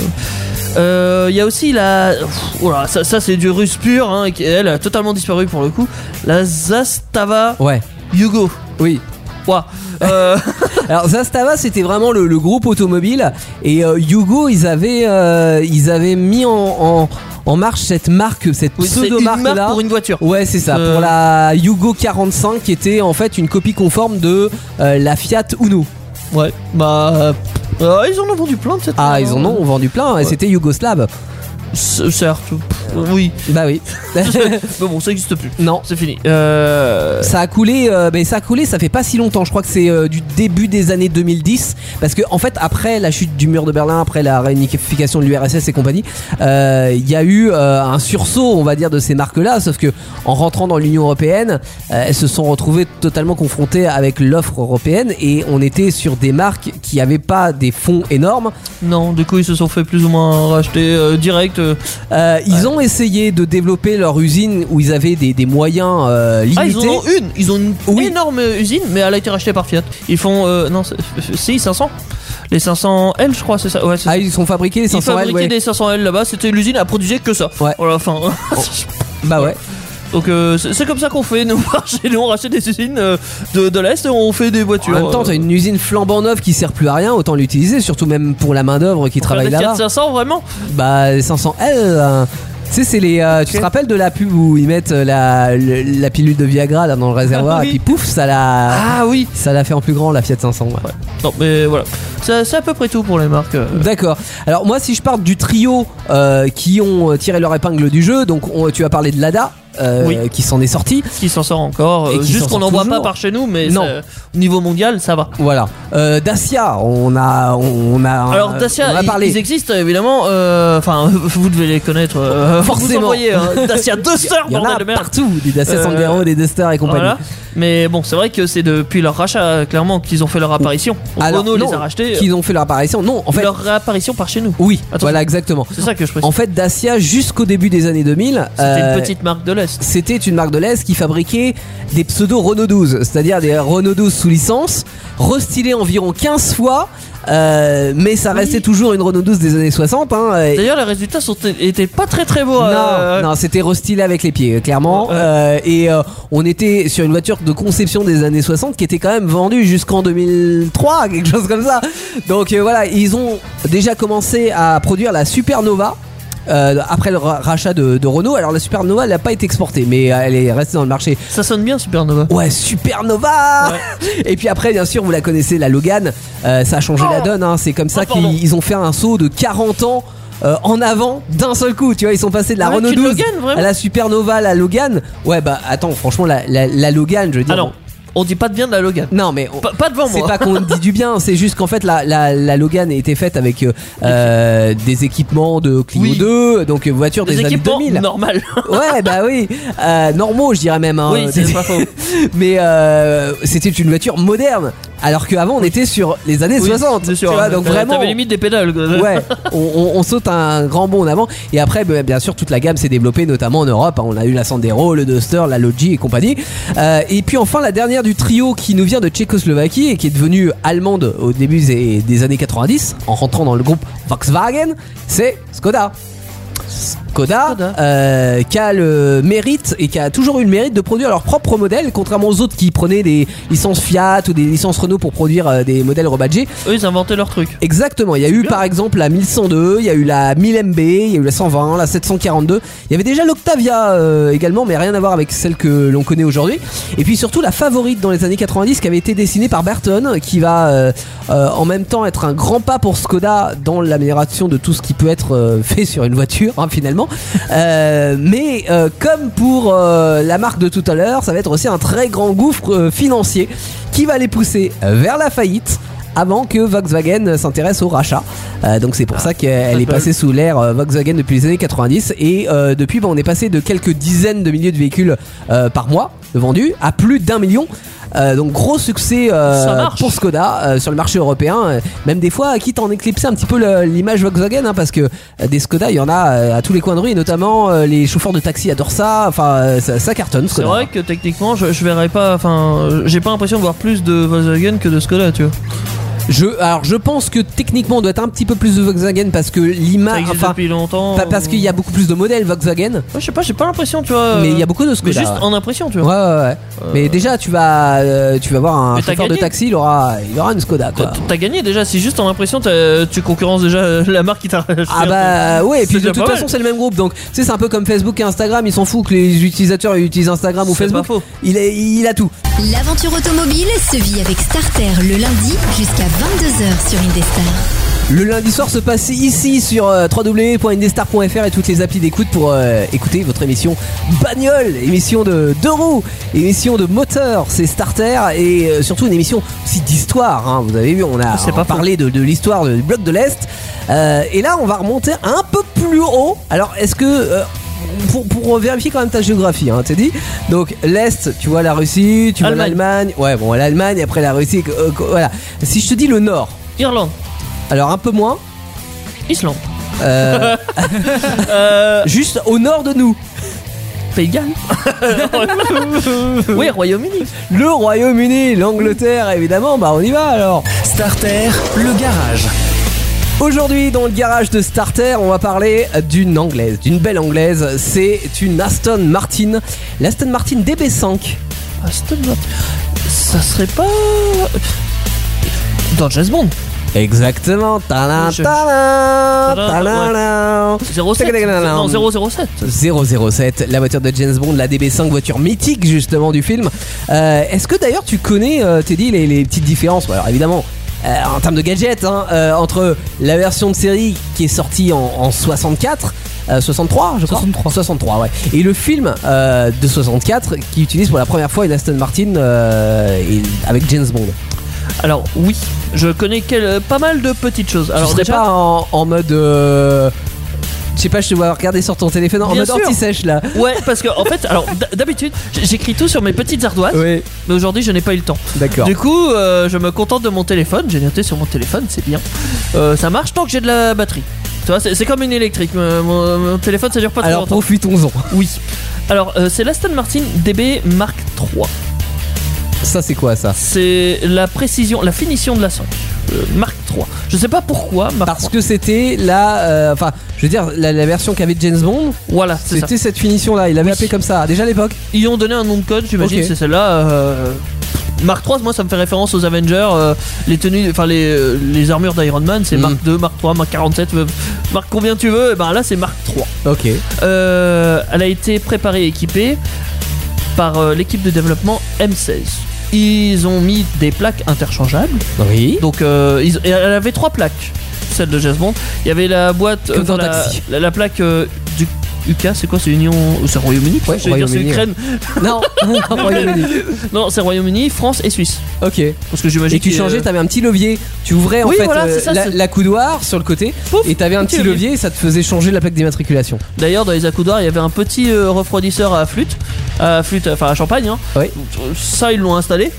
Euh, Il y a aussi la. Pff, oh là, ça, ça, c'est du russe pur. hein, et qui- elle a totalement disparu pour le coup. La Zastava Ouais. Yugo. Oui. Ouah. Euh, Alors Zastava c'était vraiment le, le groupe automobile et euh, Yugo ils avaient euh, ils avaient mis en, en, en marche cette marque cette oui, c'est pseudo une marque marque là. pour une voiture. Ouais c'est ça Euh. pour la Yugo 45 qui était en fait une copie conforme de euh, la Fiat Uno. Ouais, bah. euh, euh, ils en ont vendu plein de cette hein. Ah ils en ont vendu plein et c'était Yougoslav. C- Certes, pff, oui. Bah oui. Mais bon, ça n'existe plus. non. C'est fini. Euh, Ça a coulé, euh, ben, ça a coulé, ça fait pas si longtemps. Je crois que c'est euh, du début des années 2010, parce que en fait, après la chute du mur de Berlin, après la réunification de l'URSS et compagnie, euh, il y a eu euh, un sursaut, on va dire, de ces marques-là. Sauf que en rentrant dans l'Union européenne, euh, elles se sont retrouvées totalement confrontées avec l'offre européenne, et on était sur des marques qui avaient pas des fonds énormes. Non, du coup, ils se sont fait plus ou moins racheter euh, direct. euh. Euh, Ils ont essayé de développer leur usine où ils avaient des, des moyens euh, limités. Ah, ils en ont une. Ils ont une Oui. énorme euh, usine, mais elle a été rachetée par Fiat. Ils font. euh, non, c'est- si, 500. Les 500L, je crois, c'est ça. Ouais, c'est ça. Ah, ils sont fabriqués les Ils 500 fabriquaient des 500L là-bas, c'était l'usine à produire que ça. Ouais. Voilà, enfin. Bah ouais. Donc euh, c'est c'est comme ça qu'on fait, nous, chez nous, on rachète des usines euh, de, de l'Est et on fait des En voitures. même temps, euh, t'as une usine flambant neuve qui sert plus à rien, autant l'utiliser, surtout même pour la main d'œuvre qui pour faire travaille des là-bas. 4500 vraiment Bah, les 500 L. euh, Tu sais, c'est les. euh, Tu Ok. te rappelles de la pub où ils mettent euh, la, le- la pilule de Viagra là dans le réservoir oui. et puis pouf, ça la. Ah oui Ça la fait en plus grand la Fiat 500. ouais. Non mais voilà, c'est c'est à peu près tout pour les marques. euh. D'accord. Alors moi, si je parle du trio euh, qui ont euh, tiré leur épingle du jeu, donc on- tu as parlé de Lada euh, Oui. qui s'en est sorti. qui s'en sort encore. Et euh, qui juste s'en qu'on sort n'en voit toujours. pas par chez nous, mais Non. ça- au niveau mondial, ça va. Voilà. Euh, Dacia, on a, on, on a. Alors euh, Dacia, on a ils- parlé. ils existent évidemment. euh, Enfin, vous devez les connaître. euh, vous Forcément. vous envoyez, hein, Dacia deux sœurs, Il y en bordel a de merde. partout, des Dacia Euh, Sandero, des Duster et compagnie. Voilà. Mais bon, c'est vrai que c'est depuis leur rachat, euh, clairement, qu'ils ont fait leur apparition. Alors, Renault non, les a rachetés. euh, Qu'ils ont fait leur apparition. Non, en fait. leur réapparition par chez nous. Oui, Attention. voilà exactement. C'est ça que je précise. En fait, Dacia, jusqu'au début des années 2000, C'était euh, une petite marque de l'Est. c'était une marque de l'Est qui fabriquait des pseudo Renault 12, c'est-à-dire des Renault 12 sous licence, restylés environ 15 fois, euh, mais ça restait toujours une Renault 12 des années 60. Hein, et- D'ailleurs, les résultats sont, étaient pas très très beaux. non, euh, non, c'était restylé avec les pieds, clairement. Ouais. Euh, et euh, on était sur une voiture de conception des années 60 qui était quand même vendue jusqu'en 2003, quelque chose comme ça. Donc euh, voilà, ils ont déjà commencé à produire la Supernova. euh, après le ra- rachat de, de Renault, alors la Supernova elle n'a pas été exportée, mais euh, elle est restée dans le marché. Ça sonne bien, Supernova. Ouais, Supernova Et puis après, bien sûr, vous la connaissez, la Logan, euh, ça a changé la donne, hein. c'est comme ça Oh, pardon. qu'ils ils ont fait un saut de 40 ans euh, en avant d'un seul coup, tu vois, ils sont passés de la Ah ouais, Renault tu te 12 Logan, vraiment à la Supernova, la Logan. Ouais, bah attends, franchement, la, la- la Logan, je veux dire... Ah non, on dit pas de bien de la Logan. Non, mais... on- Pas, pas devant c'est moi. pas qu'on dit du bien, c'est juste qu'en fait la, la, la Logan a été faite avec euh, euh, des équipements de Clio Oui. 2, donc euh, voiture des, des années équipements 2000. normales. Ouais, bah oui, euh, normaux, je dirais même. hein. oui, c'est pas faux. mais euh, c'était une voiture moderne alors qu'avant on était sur les années Oui, 60 bien sûr, tu vois, hein, donc t'avais- vraiment T'avais limite des pédales. quoi. ouais on, on- on saute un grand bond en avant et après bah, bien sûr toute la gamme s'est développée notamment en Europe hein. on a eu la Sandero le Duster la Logi et compagnie Euh, et puis enfin la dernière du trio qui nous vient de Tchécoslovaquie et qui est devenue allemande au début des, des années 90 en rentrant dans le groupe Volkswagen c'est Skoda Koda, Skoda. euh, qui a le mérite et qui a toujours eu le mérite de produire leur propre modèle, contrairement aux autres qui prenaient des licences Fiat ou des licences Renault pour produire euh, des modèles rebadgés. Eux, ils inventaient leur truc. Exactement, il y a eu bien. par exemple la 1102, il y a eu la 1000MB, il y a eu la 120, la 742, il y avait déjà l'Octavia euh, également, mais rien à voir avec celle que l'on connaît aujourd'hui. Et puis surtout la favorite dans les années 90 qui avait été dessinée par Burton, qui va euh, euh, en même temps être un grand pas pour Skoda dans l'amélioration de tout ce qui peut être euh, fait sur une voiture hein, finalement. Euh, mais euh, comme pour euh, la marque de tout à l'heure, ça va être aussi un très grand gouffre euh, financier qui va les pousser vers la faillite avant que Volkswagen s'intéresse au rachat. Euh, donc c'est pour Ah, ça qu'elle est Apple. passée sous l'ère euh, Volkswagen depuis les années 90 et euh, depuis bah, on est passé de quelques dizaines de milliers de véhicules euh, par mois de vendus à plus d'un million. Euh, donc gros succès euh, Ça marche. pour Skoda euh, sur le marché européen, euh, même des fois quitte à en éclipser un petit peu le- l'image Volkswagen hein, parce que euh, des Skoda il y en a euh, à tous les coins de rue et notamment euh, les chauffeurs de taxi adorent ça, enfin euh, ça, ça cartonne C'est Skoda. vrai que techniquement, je, je verrais pas. Enfin, euh, j'ai pas l'impression de voir plus de Volkswagen que de Skoda, tu vois. Je, alors je pense que techniquement on doit être un petit peu plus de Volkswagen parce que Ça l'image... existe Ah, Enfin, depuis longtemps. Pa- parce qu'il y a beaucoup plus de modèles Volkswagen, Ouais, je sais pas, j'ai pas l'impression, tu vois. mais euh, il y a beaucoup de Mais Skoda. juste en impression, tu Ouais, ouais, vois. ouais. Mais déjà, tu vas, euh, tu vas voir un Mais t'as chauffeur de gagné. taxi, il aura, il aura une Skoda, T'as- quoi. T'as gagné déjà, si juste en impression, t'as- tu concurrences déjà euh, la marque qui t'a racheté. Ah bah ouais, et puis C'est de déjà toute pas façon mal. c'est le même groupe, donc tu sais c'est un peu comme Facebook et Instagram, ils s'en foutent que les utilisateurs utilisent Instagram ou C'est Facebook. pas faux. Il, est, il a tout. L'aventure automobile se vit avec Starter le lundi jusqu'à 22h sur Indestar. Le lundi soir se passe ici sur euh, www.indestar.fr et toutes les applis d'écoute pour euh, écouter votre émission bagnole, émission de deux roues, émission de moteur, c'est starter et euh, surtout une émission aussi d'histoire. hein. Vous avez vu, on a Ah, C'est on pas a parlé de, de l'histoire de- du bloc de l'Est. Euh, et là, on va remonter un peu plus haut. Alors, est-ce que... euh, pour, pour vérifier quand même ta géographie, hein, t'es dit. Donc l'Est, tu vois la Russie, tu vois Allemagne. l'Allemagne. Ouais, bon, l'Allemagne, après la Russie. euh, voilà. Si je te dis le Nord, Irlande, alors un peu moins, Islande, euh, euh, juste au nord de nous, Pays de Galles. oui, Royaume-Uni. le Royaume-Uni, l'Angleterre, évidemment, bah on y va alors. Starter, le garage. Aujourd'hui, dans le garage de Starter, on va parler d'une anglaise, d'une belle anglaise. C'est une Aston Martin, l'Aston Martin DB5. Aston Martin. Ça serait pas. euh, Dans James Bond Exactement. Ta-da, Je- ta-da, Ta-da, ta-da. 07 Non, 007 007, la voiture de James Bond, la DB5, voiture mythique justement du film. Euh, Est-ce que d'ailleurs tu connais, euh, Teddy, les, les petites différences Alors évidemment, euh, en termes de gadgets, hein, euh, entre la version de série qui est sortie en, en 64, euh, 63 je crois 63. 63 ouais. Et le film euh, de 64 qui utilise pour la première fois une Aston Martin euh, et- avec James Bond. Alors, oui, je connais quel- euh, pas mal de petites choses. Alors, Alors, tu serais déjà, pas en, en mode... euh, je sais pas, je te vois regarder sur ton téléphone en Bien mode sûr. anti-sèche là. ouais, parce que en fait, alors d- d'habitude, j- j'écris tout sur mes petites ardoises, Oui, mais aujourd'hui, je n'ai pas eu le temps. d'accord. Du coup, euh, je me contente de mon téléphone. J'ai noté sur mon téléphone, c'est bien. Euh, ça marche tant que j'ai de la batterie. Tu vois, c'est c'est comme une électrique. Mon, mon- mon téléphone, ça dure pas trop Alors longtemps. profitons-en. Oui. Alors, euh, c'est l'Aston Martin DB Mark III. Ça c'est quoi ça C'est la précision, la finition de la 5. Euh, Mark III. Je sais pas pourquoi. Mark Parce III. que c'était la, euh, enfin, je veux dire la, la version qu'avait James Bond, Voilà, c'est ça. c'était cette finition là. Il l'avait Oui. appelé comme ça déjà à l'époque. Ils ont donné un nom de code, j'imagine, Ok. c'est celle-là. euh, Mark III, moi ça me fait référence aux Avengers, euh, les tenues, enfin les, euh, les armures d'Iron Man, c'est Mm. Mark 2, Mark 3, Mark 47, euh, Mark combien tu veux, et ben là c'est Mark 3. Ok. elle a été préparée et équipée par euh, l'équipe de développement M16. Ils ont mis des plaques interchangeables, Oui. donc euh, ils- et elle avait trois plaques, celle de Jazz Bond. Il y avait la boîte, euh, Comme dans la, Taxi. la- la plaque euh, du UK, c'est quoi C'est Union, euh, c'est Royaume-Uni Ouais, J'allais dire, c'est Royaume-Uni, Ukraine. Non. Royaume-Uni. Non, c'est Royaume-Uni, France et Suisse. ok. Et Parce que j'imagine tu que, changeais, euh, t'avais un petit levier. Tu ouvrais en Oui, fait euh, voilà, c'est ça, la, c'est- la coudoir sur le côté Pouf, et t'avais un petit petit levier. levier et ça te faisait changer la plaque d'immatriculation. euh, D'ailleurs, dans les accoudoirs, il y avait un petit euh, refroidisseur à flûte. À flûte, enfin à champagne. Hein. Oui. Ça, ils l'ont installé.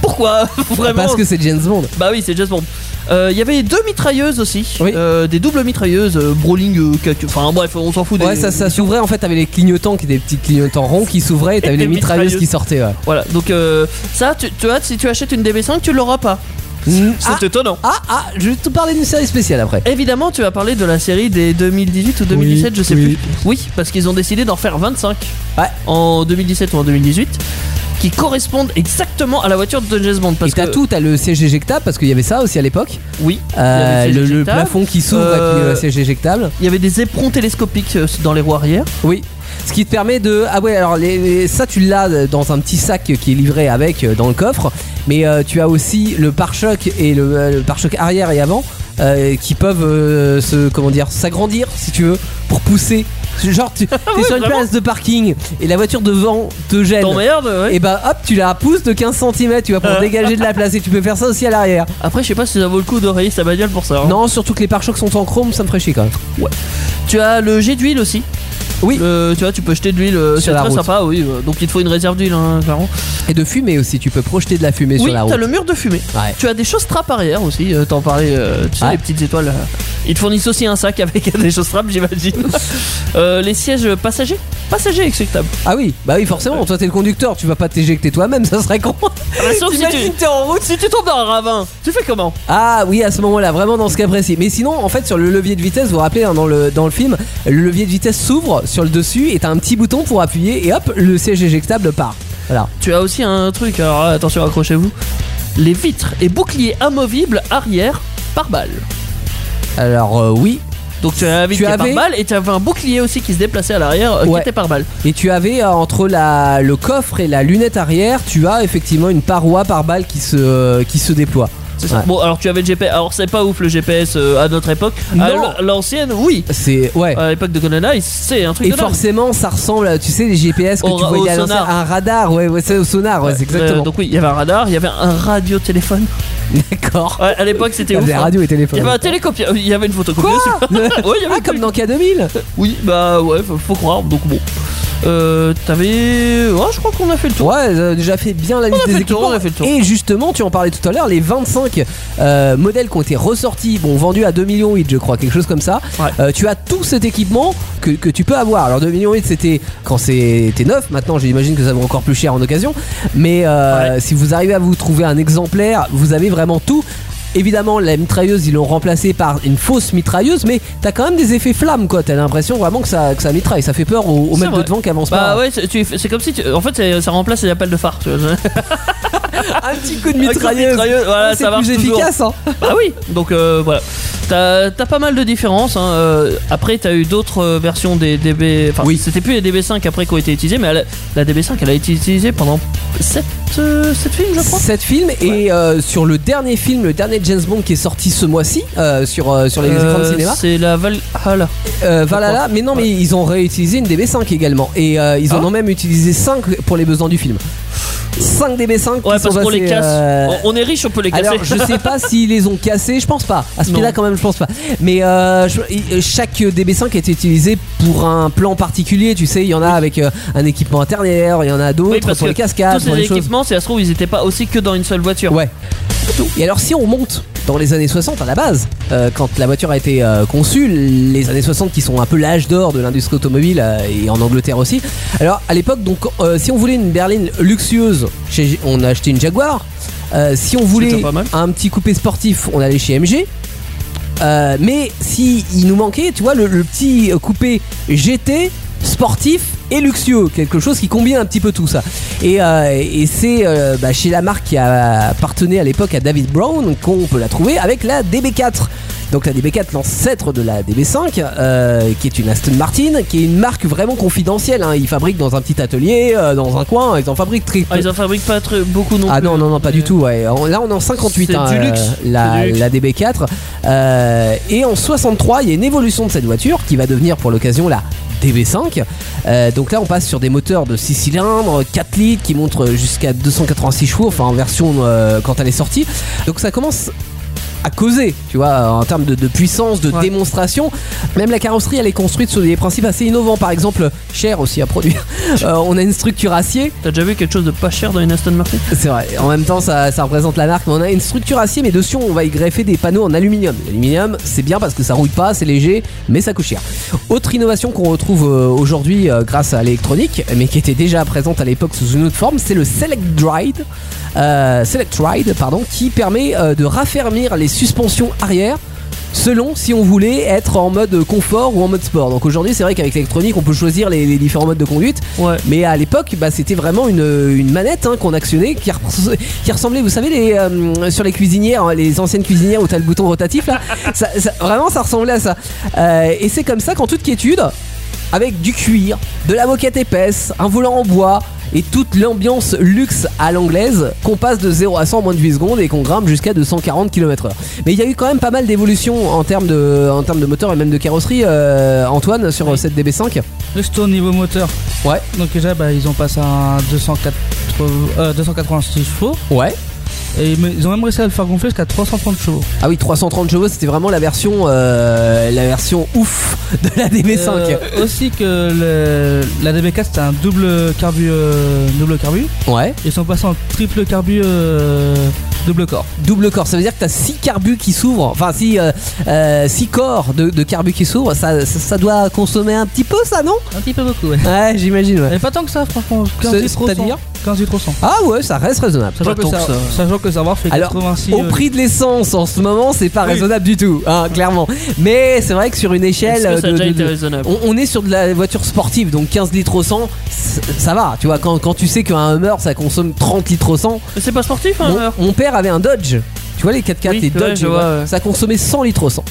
Pourquoi Vraiment Parce que c'est James Bond. Bah oui, c'est James Bond. Euh, Il y avait deux mitrailleuses aussi, Oui. Euh, des doubles mitrailleuses, euh, Brawling, euh, quelque- enfin bref, on s'en fout. Ouais, des... ça, ça s'ouvrait en fait. T'avais les clignotants qui étaient des petits clignotants ronds qui s'ouvraient et t'avais Et les des mitrailleuses qui mitrailleuses. sortaient. ouais. Voilà, donc euh, ça, tu, tu vois, si tu achètes une DB5, tu l'auras pas. Mm. C'est Ah, étonnant. ah, ah, je vais te parler d'une série spéciale après. Ah, Évidemment, tu vas parler de la série des 2018 ou 2017, je sais oui. plus. Oui, parce qu'ils ont décidé d'en faire 25 Ouais. en 2017 ou en 2018 qui correspondent exactement à la voiture de James Bond. Parce et t'as que, tout, t'as le siège éjectable parce qu'il y avait ça aussi à l'époque. Oui, il y Euh, avait des le, le éjectables, plafond qui s'ouvre Euh, et puis le siège éjectable. Il y avait des éperons télescopiques euh, dans les roues arrière. Oui. Ce qui te permet de. Ah ouais, alors les, les- ça tu l'as dans un petit sac qui est livré avec euh, dans le coffre. Mais euh, tu as aussi le pare-choc et le, euh, le pare-choc arrière et avant euh, qui peuvent euh, se. Comment dire S'agrandir si tu veux pour pousser. Genre tu es sur une vraiment place de parking et la voiture devant te gêne. T'emmerdes, ouais. Euh. Et bah hop, tu la pousses de 15 cm, tu vas pour dégager de la place et tu peux faire ça aussi à l'arrière. Après, je sais pas si ça vaut le coup d'oreiller sa bagnole pour ça. hein. Non, surtout que les pare-chocs sont en chrome, ça me ferait chier quand même. Tu as le jet d'huile aussi. Oui. Le- tu vois, tu peux jeter de l'huile. euh, Sur C'est la très route. sympa, oui. euh, Donc il te faut une réserve d'huile, hein, clairement. Et de fumée aussi, tu peux projeter de la fumée Oui, sur la route. t'as le mur de fumée. Ouais. Tu as des choses trappes arrière aussi, euh, t'en parlais, euh, tu sais, Ouais. les petites étoiles. euh, ils te fournissent aussi un sac avec des choses trappes, j'imagine. Euh, les sièges passagers Passagers acceptables. Ah oui, bah oui, forcément, toi t'es le conducteur, tu vas pas t'éjecter toi-même, ça serait con. Ah, sauf si T'imagines, tu, t'es en route. Oh, si tu tombes dans un ravin, tu fais comment Ah oui, à ce moment-là, vraiment dans ce cas précis. Mais sinon, en fait, sur le levier de vitesse, vous vous rappelez, hein, dans, le, dans le film, le levier de vitesse s'ouvre sur le dessus et t'as un petit bouton pour appuyer et hop, le siège éjectable part. Voilà. Tu as aussi un truc, alors là, attention, accrochez-vous. Les vitres et boucliers amovibles arrière par balle. Alors euh, oui, Donc tu as la vitre Tu qui est avais- par balle et tu avais un bouclier aussi qui se déplaçait à l'arrière euh, Ouais. qui était par balle. et tu avais euh, entre la, le coffre et la lunette arrière, tu as effectivement une paroi par balle qui se, euh, qui se déploie. C'est ça. Ouais. Bon, alors tu avais le GPS. Alors c'est pas ouf le GPS euh, à notre époque. À Non. l- l'ancienne, oui. C'est ouais. À l'époque de Conan High, c'est un truc Et de dingue. forcément, ça ressemble, tu sais, les GPS que Au tu ra- voyais au à l'ancien, sonar. à un radar, ouais, ouais, c'est au sonar, ouais, c'est exactement. Euh, donc oui, il y avait un radar, il y avait un radiotéléphone. D'accord. Ouais, à l'époque, c'était Il y ouf. avait hein. radio et Il y téléphone. avait un télécopieur, il y avait une photocopieuse. Quoi Ouais, il y avait Ah, un comme truc. dans K2000 Oui, bah ouais, faut, faut croire. Donc bon, euh, t'avais, ouais, je crois qu'on a fait le tour. Ouais, euh, déjà fait bien la liste fait des le tour, équipements. on a fait le tour. Et justement, tu en parlais tout à l'heure, les 25 euh, modèles qui ont été ressortis, bon, vendus à 2 millions 8, je crois, quelque chose comme ça. Ouais. Euh, tu as tout cet équipement que, que tu peux avoir. Alors 2 millions 8, c'était quand c'était neuf. Maintenant, j'imagine que ça vaut encore plus cher en occasion. Mais euh, si vous arrivez à vous trouver un exemplaire, vous avez vraiment tout. évidemment, la mitrailleuse, ils l'ont remplacée par une fausse mitrailleuse, mais t'as quand même des effets flammes, quoi. T'as l'impression vraiment que ça, que ça mitraille. Ça fait peur au, au C'est mec de vrai. devant qui avance Bah pas. hein. ouais, c'est tu- c'est comme si. tu- en fait, c'est- ça remplace les appels de phare. tu vois. Un petit coup de Un coup de mitrailleuse. mitrailleuse, voilà, Ah, c'est ça marche plus toujours. efficace, hein. bah oui, donc euh, voilà. T'as t'as pas mal de différences. hein, euh, après, t'as eu d'autres euh, versions des DB. Enfin, Oui. c'était plus les DB5 après qui ont été utilisées, mais elle a- la DB5 elle a été utilisée pendant 7, films, je crois. 7 films et euh, sur le dernier film, le dernier James Bond qui est sorti ce mois-ci euh, sur, euh, sur les écrans de Euh, cinéma, C'est la Valhalla. euh, Valhalla, mais non, mais ils ont réutilisé une DB5 également et euh, ils en Ah. ont même utilisé 5 pour les besoins du film. 5 DB5 Ouais, qui parce sont qu'on les passés, casse. euh, On on est riche, on peut les casser. Alors, je sais pas s'ils les ont cassés, je pense pas. À ce prix-là, Non. quand même, je pense pas. Mais euh, je- il- chaque DB5 est utilisé pour un plan particulier. Tu sais, il y en a avec euh, un équipement intérieur, il y en a Oui, d'autres parce pour que les cascades, tous pour ces les choses. équipements, si ça se trouve, ils étaient pas aussi que dans une seule voiture. Ouais. Et alors si on monte dans les années 60 à la base, euh, quand la voiture a été euh, conçue, les années 60 qui sont un peu l'âge d'or de l'industrie automobile euh, et en Angleterre aussi. Alors à l'époque, donc euh, si on voulait une berline luxueuse, chez- on a acheté une Jaguar. Euh, si on voulait déjà pas mal. un petit coupé sportif, on allait chez MG. Euh, mais si il nous manquait, tu vois, le, le petit euh, coupé GT sportif et luxueux, quelque chose qui combine un petit peu tout ça. Et, euh, et c'est euh, bah, chez la marque qui a- appartenait à l'époque à David Brown qu'on peut la trouver avec la DB4. Donc la DB4, l'ancêtre de la DB5, euh, qui est une Aston Martin, qui est une marque vraiment confidentielle. hein. Ils fabriquent dans un petit atelier, euh, dans un coin, ils en fabriquent très peu. Ah, ils en fabriquent pas très- beaucoup non Ah plus. Euh, non, non, non, pas Mais- du tout. ouais. On- Là, on est en 58. C'est hein, du euh, luxe. La, C'est du luxe. la DB4. Euh, et en 63, il y a une évolution de cette voiture qui va devenir pour l'occasion la DB5. Euh, donc là, on passe sur des moteurs de 6 cylindres, 4 litres qui montrent jusqu'à 286 chevaux, enfin en version euh, quand elle est sortie. Donc ça commence à causer, tu vois, en termes de, de puissance, de Ouais. démonstration. Même la carrosserie, elle est construite sur des principes assez innovants. Par exemple, cher aussi à produire. Euh, on a une structure acier T'as déjà vu quelque chose de pas cher dans une Aston Martin c'est vrai, en même temps ça, ça représente la marque, mais on a une structure acier, mais dessus on va y greffer des panneaux en aluminium. L'aluminium c'est bien parce que ça rouille pas, c'est léger, mais ça coûte cher. Autre innovation qu'on retrouve euh, aujourd'hui euh, grâce à l'électronique, mais qui était déjà présente à l'époque sous une autre forme, c'est le Select Ride, euh, Select Ride pardon, qui permet euh, de raffermir les suspensions arrière selon si on voulait être en mode confort ou en mode sport. Donc aujourd'hui c'est vrai qu'avec l'électronique on peut choisir les- les différents modes de conduite. Ouais. Mais à l'époque, bah, c'était vraiment une, une manette hein, qu'on actionnait qui, repres- qui ressemblait, vous savez, les, euh, sur les cuisinières, hein, les anciennes cuisinières où t'as le bouton rotatif là. Ça- ça- vraiment, ça ressemblait à ça. Euh, et c'est comme ça qu'en toute quiétude, avec du cuir, de la moquette épaisse, un volant en bois et toute l'ambiance luxe à l'anglaise, qu'on passe de 0 à 100 en moins de 8 secondes et qu'on grimpe jusqu'à 240 km/h. Mais il y a eu quand même pas mal d'évolutions en termes de, en termes de moteur et même de carrosserie, euh, Antoine, sur Oui. cette DB5. Juste au niveau moteur. Ouais. Donc déjà, bah, ils ont passé à 280, euh, 286 chevaux. Ouais. Et ils me- ils ont même réussi à le faire gonfler jusqu'à 330 chevaux. Ah oui, 330 chevaux, c'était vraiment la version, euh, la version ouf de la DB5. Euh, aussi que le- la DB4 c'était un double carbu, euh, double carbu. Ouais. Ils sont passés en triple carbu euh, double corps. Double corps, ça veut dire que t'as 6 carbus qui s'ouvrent, enfin 6 six, euh, euh, six corps de, de carbus qui s'ouvrent, ça, ça, ça doit consommer un petit peu ça, non Un petit peu beaucoup, ouais. Ouais, j'imagine, ouais. Mais pas tant que ça, franchement. 15 C'est- litres au c'est-à-dire 100. 15 litres au 100. Ah ouais, ça reste raisonnable. Sachant que, tant ça, que ça. sachant que savoir fait Alors, 86. Au euh, prix de l'essence en ce moment, c'est pas raisonnable du tout, hein, clairement. Mais c'est vrai que sur une échelle. Est-ce que ça a de- déjà euh, de- été de- raisonnable On, on est sur de la voiture sportive, donc 15 litres au 100, c- ça va. Tu vois, quand, quand tu sais qu'un Hummer ça consomme 30 litres au 100, Mais C'est pas sportif, hein, mon, Hummer mon père avait un Dodge. Tu vois les 4x4 Oui, les ouais, Dodge, je vois, ouais. ça consommait 100 litres au 100.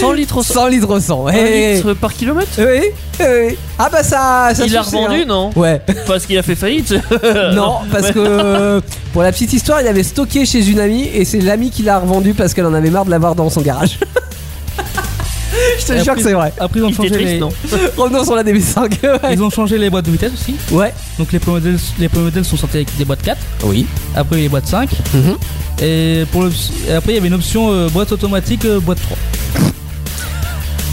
100 litres au 100 100 litres au 100. eh, litres par kilomètre eh, eh, eh, eh. Ah bah ça, ça Il se l'a sait, revendu, hein. non Ouais. Parce qu'il a fait faillite non, parce que euh, pour la petite histoire, il avait stocké chez une amie et c'est l'amie qui l'a revendu parce qu'elle en avait marre de l'avoir dans son garage. Je te Et jure que après- c'est vrai. Après, ils ont, Il était changé triste, les, non Revenons sur la DB5. ouais. ils ont changé les boîtes de vitesse aussi. Ouais. Donc les premiers modèles, les premiers modèles sont sortis avec des boîtes 4. Oui. Après, les boîtes 5. Mhm. Et, pour le, et après, il y avait une option euh, boîte automatique, euh, boîte 3.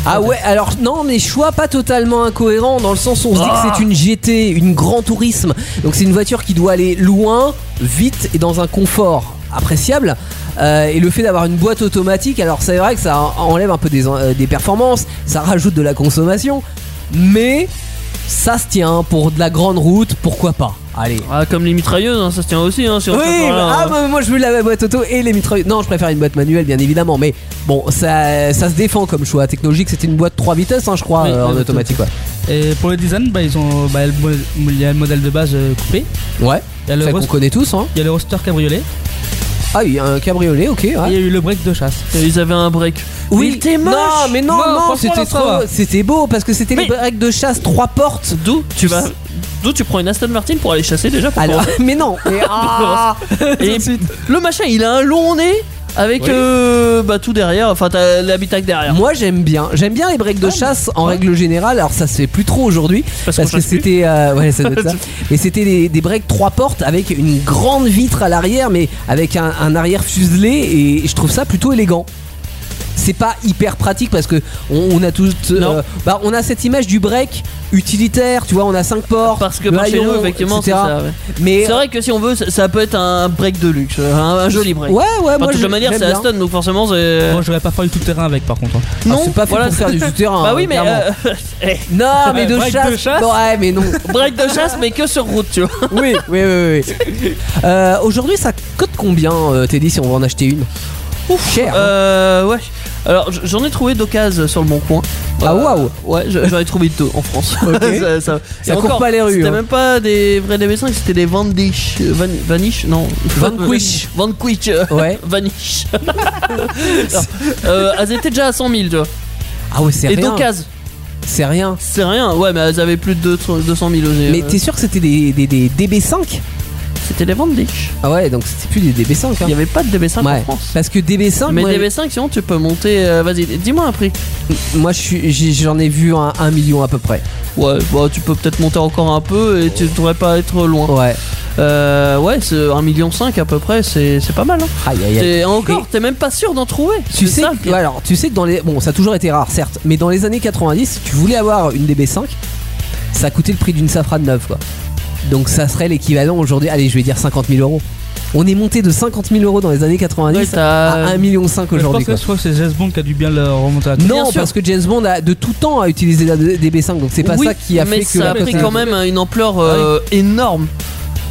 Ah ouais, alors non, mais choix pas totalement incohérent dans le sens où on se dit que c'est une GT, une grand tourisme. Donc c'est une voiture qui doit aller loin, vite et dans un confort appréciable. Euh, et le fait d'avoir une boîte automatique, alors c'est vrai que ça enlève un peu des, euh, des performances, ça rajoute de la consommation, mais ça se tient pour de la grande route, pourquoi pas. Allez. Ah, comme les mitrailleuses, hein, ça se tient aussi. Hein, sur Oui, ah, bah, moi je veux la boîte auto et les mitrailleuses. Non, je préfère une boîte manuelle, bien évidemment. Mais bon, ça, ça se défend comme choix technologique. C'était une boîte 3 vitesses, hein, je crois, Oui, euh, en oui, automatique. Ouais. Et pour le design, bah, ils ont, bah, le mo- il y a le modèle de base euh, coupé, ouais. il y a le, Ça qu'on roast- connaît tous. Hein. il y a le roster cabriolet, Ah oui, un cabriolet, ok. ouais. et il y a eu le break de chasse. Ils avaient un break. Oui, Mais t'es moche Non, mais non, Non, non, franchement, c'était là, ça trop. va. C'était beau parce que c'était Mais- les breaks de chasse, trois portes. D'où tu vas D'où tu prends une Aston Martin pour aller chasser déjà pour Alors, commencer. mais non. mais- ah, Et le machin, il a un long nez avec euh, bah, tout derrière, enfin t'as l'habitacle derrière. Moi j'aime bien, j'aime bien les breaks de Ah, chasse en ouais. règle générale. Alors ça se fait plus trop aujourd'hui Parce parce, qu'on que chasse plus. c'était euh, ouais ça doit être ça. Et c'était des, des breaks trois portes avec une grande vitre à l'arrière, mais avec un, un arrière fuselé et je trouve ça plutôt élégant. C'est pas hyper pratique parce que on, on a tout, Non. bah on a cette image du break utilitaire, tu vois, on a cinq portes. Parce que le par chez nous, haillon, effectivement, c'est etc. ça. ouais. Mais C'est vrai que si on veut, ça, ça peut être un break de luxe, un, un joli break. Ouais, ouais, Enfin, moi de je toute manière, c'est Aston, donc forcément, c'est. Euh, Moi, j'aurais pas fallu tout terrain avec, par contre. hein. Non, c'est pas fait voilà, pour c'est- faire du souterrain. Bah hein, oui, mais. clairement. euh, eh, Non, mais Ouais, de break de chasse. chasse. Ouais, mais non. break de chasse, mais que sur route, tu vois. Oui, oui, oui. oui. Euh, Aujourd'hui, ça coûte combien, euh, Teddy, si on veut en acheter une Ouf, cher. hein. Euh, ouais. Alors, j- j'en ai trouvé d'occasion sur le bon coin. Ah, Euh, waouh. Ouais, je- j'en ai trouvé deux en France. Ok. ça ça, Ça et court pas les rues, C'était hein. même pas des vrais DB5, c'était des Vandish. euh, Van, vanish Non. Vanquish. Vanquish. euh, Ouais. Vanish. Alors, euh, elles étaient déjà à 100 000, tu vois. Ah ouais, c'est Et rien. d'occasion. C'est rien. C'est rien, ouais, mais elles avaient plus de 200 000 au Mais t'es sûr que c'était des, des, des DB5 C'était des Vandish. Ah ouais, donc c'était plus des DB5. Il n'y Hein. avait pas de DB5 en Ouais. France. Parce que DB5, Mais moi, DB5, sinon tu peux monter. euh, Vas-y, dis-moi un prix. moi, je suis- j'ai- j'en ai vu un, un million à peu près. Ouais, bah, tu peux peut-être monter encore un peu et tu devrais pas être loin. Ouais. Euh, ouais, c'est 1,5 million à peu près, c'est c'est pas mal. Hein. Aïe, aïe, aïe. T'es- encore, t'es même pas sûr d'en trouver. Tu C'est sais, ça, le que- pire. ouais, alors, tu sais que dans les. Bon, ça a toujours été rare, certes, mais dans les années 90, tu voulais avoir une DB5, ça coûtait le prix d'une Safran neuve, quoi. Donc ça serait l'équivalent aujourd'hui, allez, je vais dire 50 000 euros. On est monté de 50 000 euros dans les années 90 Ouais, à t'as- 1,5 million Je aujourd'hui, pense que quoi. je crois que c'est James Bond qui a dû bien le remonter à la tête. Bien Non, sûr. parce que James Bond a de tout temps a utilisé la DB5, donc c'est pas Oui, ça qui a Ah mais fait que ça a la pris personne- quand même une ampleur euh, énorme.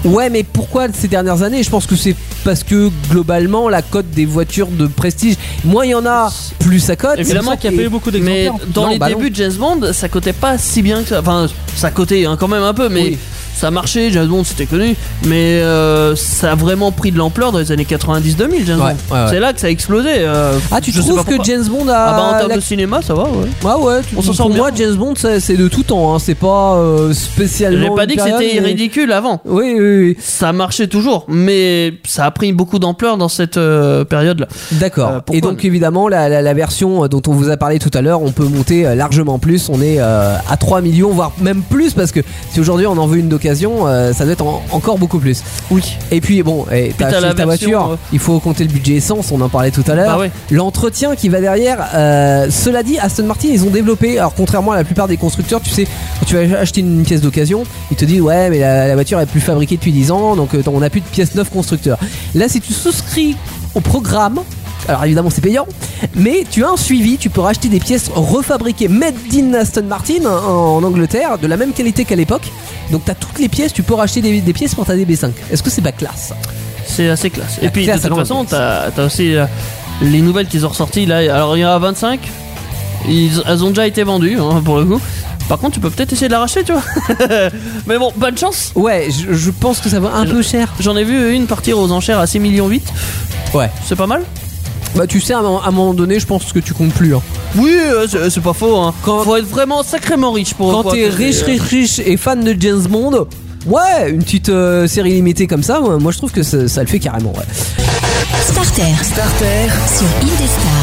Ouais, mais pourquoi ces dernières années Je pense que c'est parce que globalement la cote des voitures de prestige, moins il y en a, plus ça cote. C'est pour Évidemment ça Il y a qu'il pas y eu beaucoup Mais d'exemplaires. hein. dans Non, les bah non. débuts de James Bond, ça cotait pas si bien que ça. Enfin, ça cotait hein, quand même un peu, mais Oui. ça marchait. James Bond, c'était connu. Mais euh, ça a vraiment pris de l'ampleur dans les années 90-2000, James Ouais, Bond. ouais, ouais. C'est là que ça a explosé. euh, Ah, tu je sais trouves pas que pourquoi. James Bond a. Ah bah en termes la- de cinéma, ça va, ouais. Ah ouais, tu- On s'en sort pour bien. moi, James Bond, c'est c'est de tout temps. Hein. C'est pas euh, spécialement. J'ai pas une dit que période, c'était mais- ridicule avant. Oui, oui, Ça marchait toujours, mais ça a pris beaucoup d'ampleur dans cette euh, période-là. oui. D'accord. Euh, pourquoi, Et donc, mais- évidemment, la, la- la version euh, dont on vous a parlé tout à l'heure, on peut monter euh, largement plus. On est euh, à 3 millions, voire même plus, parce que si aujourd'hui on en veut une d'occasion, euh, ça doit être en- encore beaucoup plus. Oui. Et puis, bon, et t'as t'as acheté la ta version, voiture, euh, il faut compter le budget essence, on en parlait tout à l'heure. Bah ouais. L'entretien qui va derrière, euh, cela dit, Aston Martin, ils ont développé, alors contrairement à la plupart des constructeurs, tu sais, quand tu vas acheter une pièce d'occasion, ils te disent ouais, mais la, la voiture est plus fabriquée depuis 10 ans, donc euh, on n'a plus de pièces neuves constructeurs. Là, si tu souscris au programme, alors évidemment c'est payant, mais tu as un suivi, tu peux racheter des pièces refabriquées made in Aston Martin hein, en Angleterre, de la même qualité qu'à l'époque. Donc tu as toutes les pièces, tu peux racheter des, des pièces pour ta DB5. Est-ce que c'est pas classe C'est assez classe. La Et puis, classe de à toute l'anglaise. façon, t'as as aussi euh, les nouvelles qu'ils ont ressorties. Là, alors, il y en a 25. Ils- elles ont déjà été vendues, hein, pour le coup. Par contre, tu peux peut-être essayer de la racheter, tu vois. Mais bon, bonne chance. Ouais, je, je pense que ça va un Je- peu cher. J'en ai vu une partir aux enchères à 6 millions 8. Ouais. C'est pas mal Bah tu sais, à un moment- à un moment donné, je pense que tu comptes plus. hein. Oui, euh, c'est c'est pas faux. Hein. Quand- Faut être vraiment sacrément riche pour Quand pour t'es acheter, riche, euh, riche, riche et fan de James Bond, ouais, une petite euh, série limitée comme ça, moi, moi, je trouve que ça, ça le fait carrément. Ouais. Starter Starter, sur Indestar.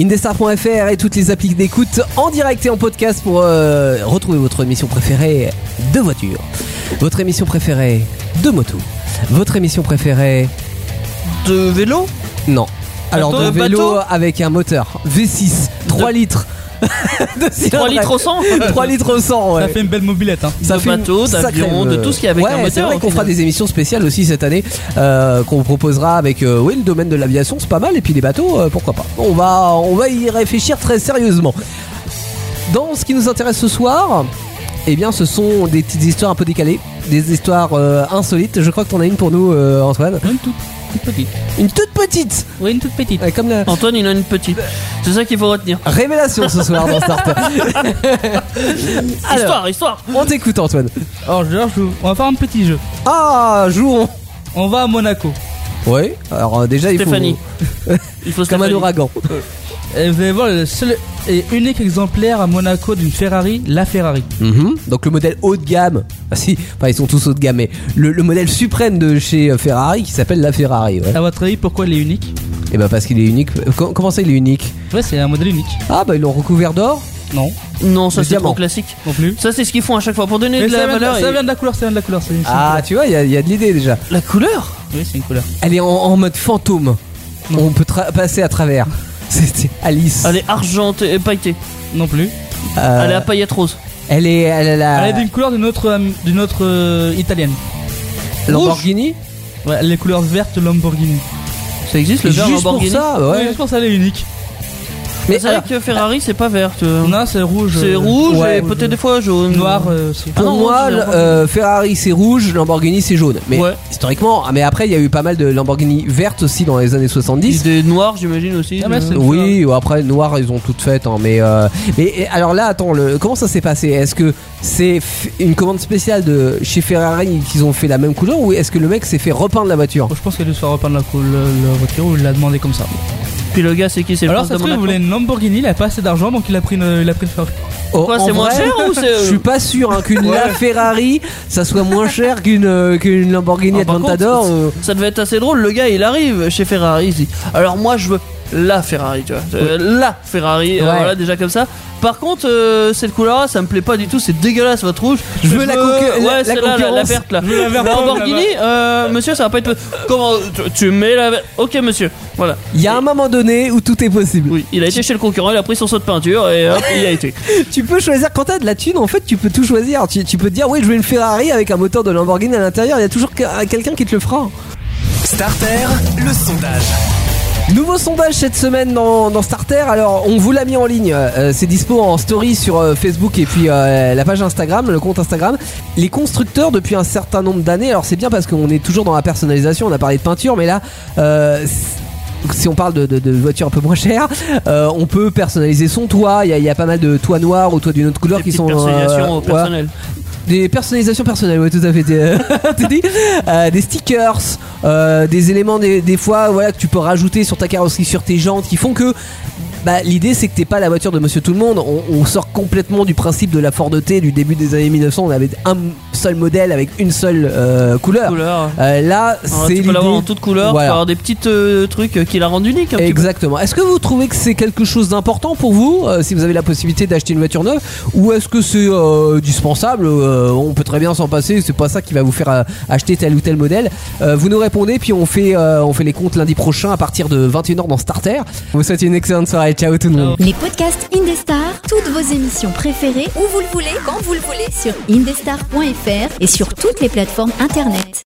Indestar.fr et toutes les applis d'écoute en direct et en podcast pour euh, retrouver votre émission préférée de voiture, votre émission préférée de moto, votre émission préférée de vélo non. Alors Bateau, de vélo bateau avec un moteur V6, 3 litres. de 3 cylindre. litres au 100 3 litres au 100, ouais. Ça fait une belle mobilette. Hein. ça de fait une bateaux, sacrée, d'avions, de euh, tout ce qui est avec ouais, un C'est moteur, vrai au qu'on fera final. des émissions spéciales aussi cette année euh, qu'on proposera avec euh, oui le domaine de l'aviation, c'est pas mal et puis les bateaux, euh, pourquoi pas. On va on va y réfléchir très sérieusement. Dans ce qui nous intéresse ce soir, eh bien ce sont des petites histoires un peu décalées. des histoires euh, insolites. Je crois que t'en as une pour nous, euh, Antoine. Une toute, toute petite. Une toute petite, Oui, une toute petite. Ouais, comme la Antoine, il en a une petite. C'est ça qu'il faut retenir. révélation ce soir dans Start. Alors, Histoire, histoire. on t'écoute, Antoine. Alors, Georges, on va faire un petit jeu. Ah, jouons. On va à Monaco. Oui. Alors euh, déjà, il faut Stéphanie. Il faut comme un Stéphanie. ouragan. Et vous allez voir le seul et unique exemplaire à Monaco d'une Ferrari, la Ferrari. Mhm. Donc le modèle haut de gamme, ah, si, enfin ils sont tous haut de gamme, mais le, le modèle suprême de chez euh, Ferrari qui s'appelle la Ferrari. Ouais. À votre avis, pourquoi elle est unique Et bah parce qu'il est unique. Euh, com- Comment ça il est unique Ouais, c'est un modèle unique. Ah bah ils l'ont recouvert d'or. Non, Non, ça Le c'est diamant. trop classique. non plus. Ça c'est ce qu'ils font à chaque fois pour donner Mais de la ça, vient, valeur. ça et- vient de la couleur, ça vient de la couleur. c'est- c'est une Ah tu vois, il y, a- il y a de l'idée déjà. La couleur couleur. Oui, c'est une couleur. Elle est en, en mode fantôme. On peut tra- passer à travers. C'était Alice. Elle est argentée, et pailletée. Non plus. Euh, Elle est à paillettes roses. elle est, elle a la Ah. Elle est d'une couleur d'une autre, euh, d'une autre euh, italienne. Lamborghini. Ouais, les couleurs vertes Lamborghini. Ça existe le vert Juste pour Lamborghini ça, Oui, ouais. je pense qu'elle est unique. Mais C'est vrai alors, que Ferrari c'est pas vert. euh. Non, c'est rouge. C'est euh, rouge ouais, et peut-être des fois jaune. Noir euh, aussi. pour Ah non, moi, c'est le- Lamborghini. euh, Ferrari c'est rouge, Lamborghini c'est jaune. Mais Ouais. historiquement, ah, mais après il y a eu pas mal de Lamborghini vertes aussi dans les années 70. Des noirs j'imagine aussi. Ah, mais euh. c'est- Oui, ou après noir, ils ont toutes faites. hein, mais, euh, mais et alors là, attends, le, comment ça s'est passé Est-ce que c'est f- une commande spéciale de chez Ferrari qu'ils ont fait la même couleur, ou est-ce que le mec s'est fait repeindre la voiture Bon, je pense qu'elle doit se faire repeindre la couleur, le voiture ou il l'a demandé comme ça. Puis le gars c'est qui C'est le Alors, prince ça de se trouve, il Monaco. voulait une Lamborghini, il a pas assez d'argent donc il a pris une, il a pris une Ferrari. Oh, Quoi, en c'est moins vrai, cher ou c'est- Je suis pas sûr hein, qu'une La Ferrari, ça soit moins cher qu'une euh, qu'une Lamborghini Ah, par Aventador. contre, ou- Ça devait être assez drôle. Le gars, il arrive chez Ferrari. Il dit Alors, moi, je veux la Ferrari, tu vois. Euh, La Ferrari, euh, Ouais. voilà, déjà comme ça. Par contre, euh, cette couleur-là, ça me plaît pas du tout. C'est dégueulasse, votre rouge. Euh, Je veux la concur- la- la Ouais, c'est là, la, la concurrence. verte, là. veux la verte Lamborghini, euh, monsieur, ça va pas être. Comment tu, tu mets la. ver- Ok, monsieur. Voilà. Il y a un moment donné où tout est possible. Oui, il a été chez le concurrent, il a pris son seau de peinture et hop, il y a été. Tu peux choisir quand t'as de la thune, en fait, tu peux tout choisir. Tu, tu peux te dire, oui, je veux une Ferrari avec un moteur de Lamborghini à l'intérieur. Il y a toujours que- euh, quelqu'un qui te le fera. Starter, le sondage. Nouveau sondage cette semaine dans, dans Starter. Alors, on vous l'a mis en ligne. Euh, c'est dispo en story sur euh, Facebook et puis euh, la page Instagram, le compte Instagram. Les constructeurs, depuis un certain nombre d'années, alors c'est bien parce qu'on est toujours dans la personnalisation. On a parlé de peinture, mais là. euh, si on parle de, de- de voitures un peu moins chères, euh, on peut personnaliser son toit. Il y, a- il y a pas mal de toits noirs ou toits d'une autre couleur Des qui petites sont personnalisations euh, au ouais. personnel. Des personnalisations personnelles, ouais, tout à fait. T'es, euh, t'es dit. Euh, des stickers, euh, des éléments des, des fois voilà, que tu peux rajouter sur ta carrosserie, sur tes jantes, qui font que. Bah, L'idée c'est que t'es pas la voiture de Monsieur Tout le Monde. On, on sort complètement du principe de la Ford T du début des années 1900. On avait un seul modèle avec une seule euh, couleur. Couleur. Euh, là, c'est Alors, tu peux l'idée. l'avoir en toute couleur, Voilà. tu peux avoir des petites euh, trucs euh, qui la rendent unique. un petit peu. Exactement. Est-ce que vous trouvez que c'est quelque chose d'important pour vous, euh, si vous avez la possibilité d'acheter une voiture neuve, ou est-ce que c'est euh, dispensable euh, On peut très bien s'en passer. C'est pas ça qui va vous faire euh, acheter tel ou tel modèle. Euh, vous nous répondez, puis on fait euh, on fait les comptes lundi prochain à partir de 21h dans Starter. On vous souhaite une excellente soirée. Ciao tout le monde. Les podcasts Indestar, toutes vos émissions préférées, où vous le voulez, quand vous le voulez, sur indestar.fr et sur toutes les plateformes internet.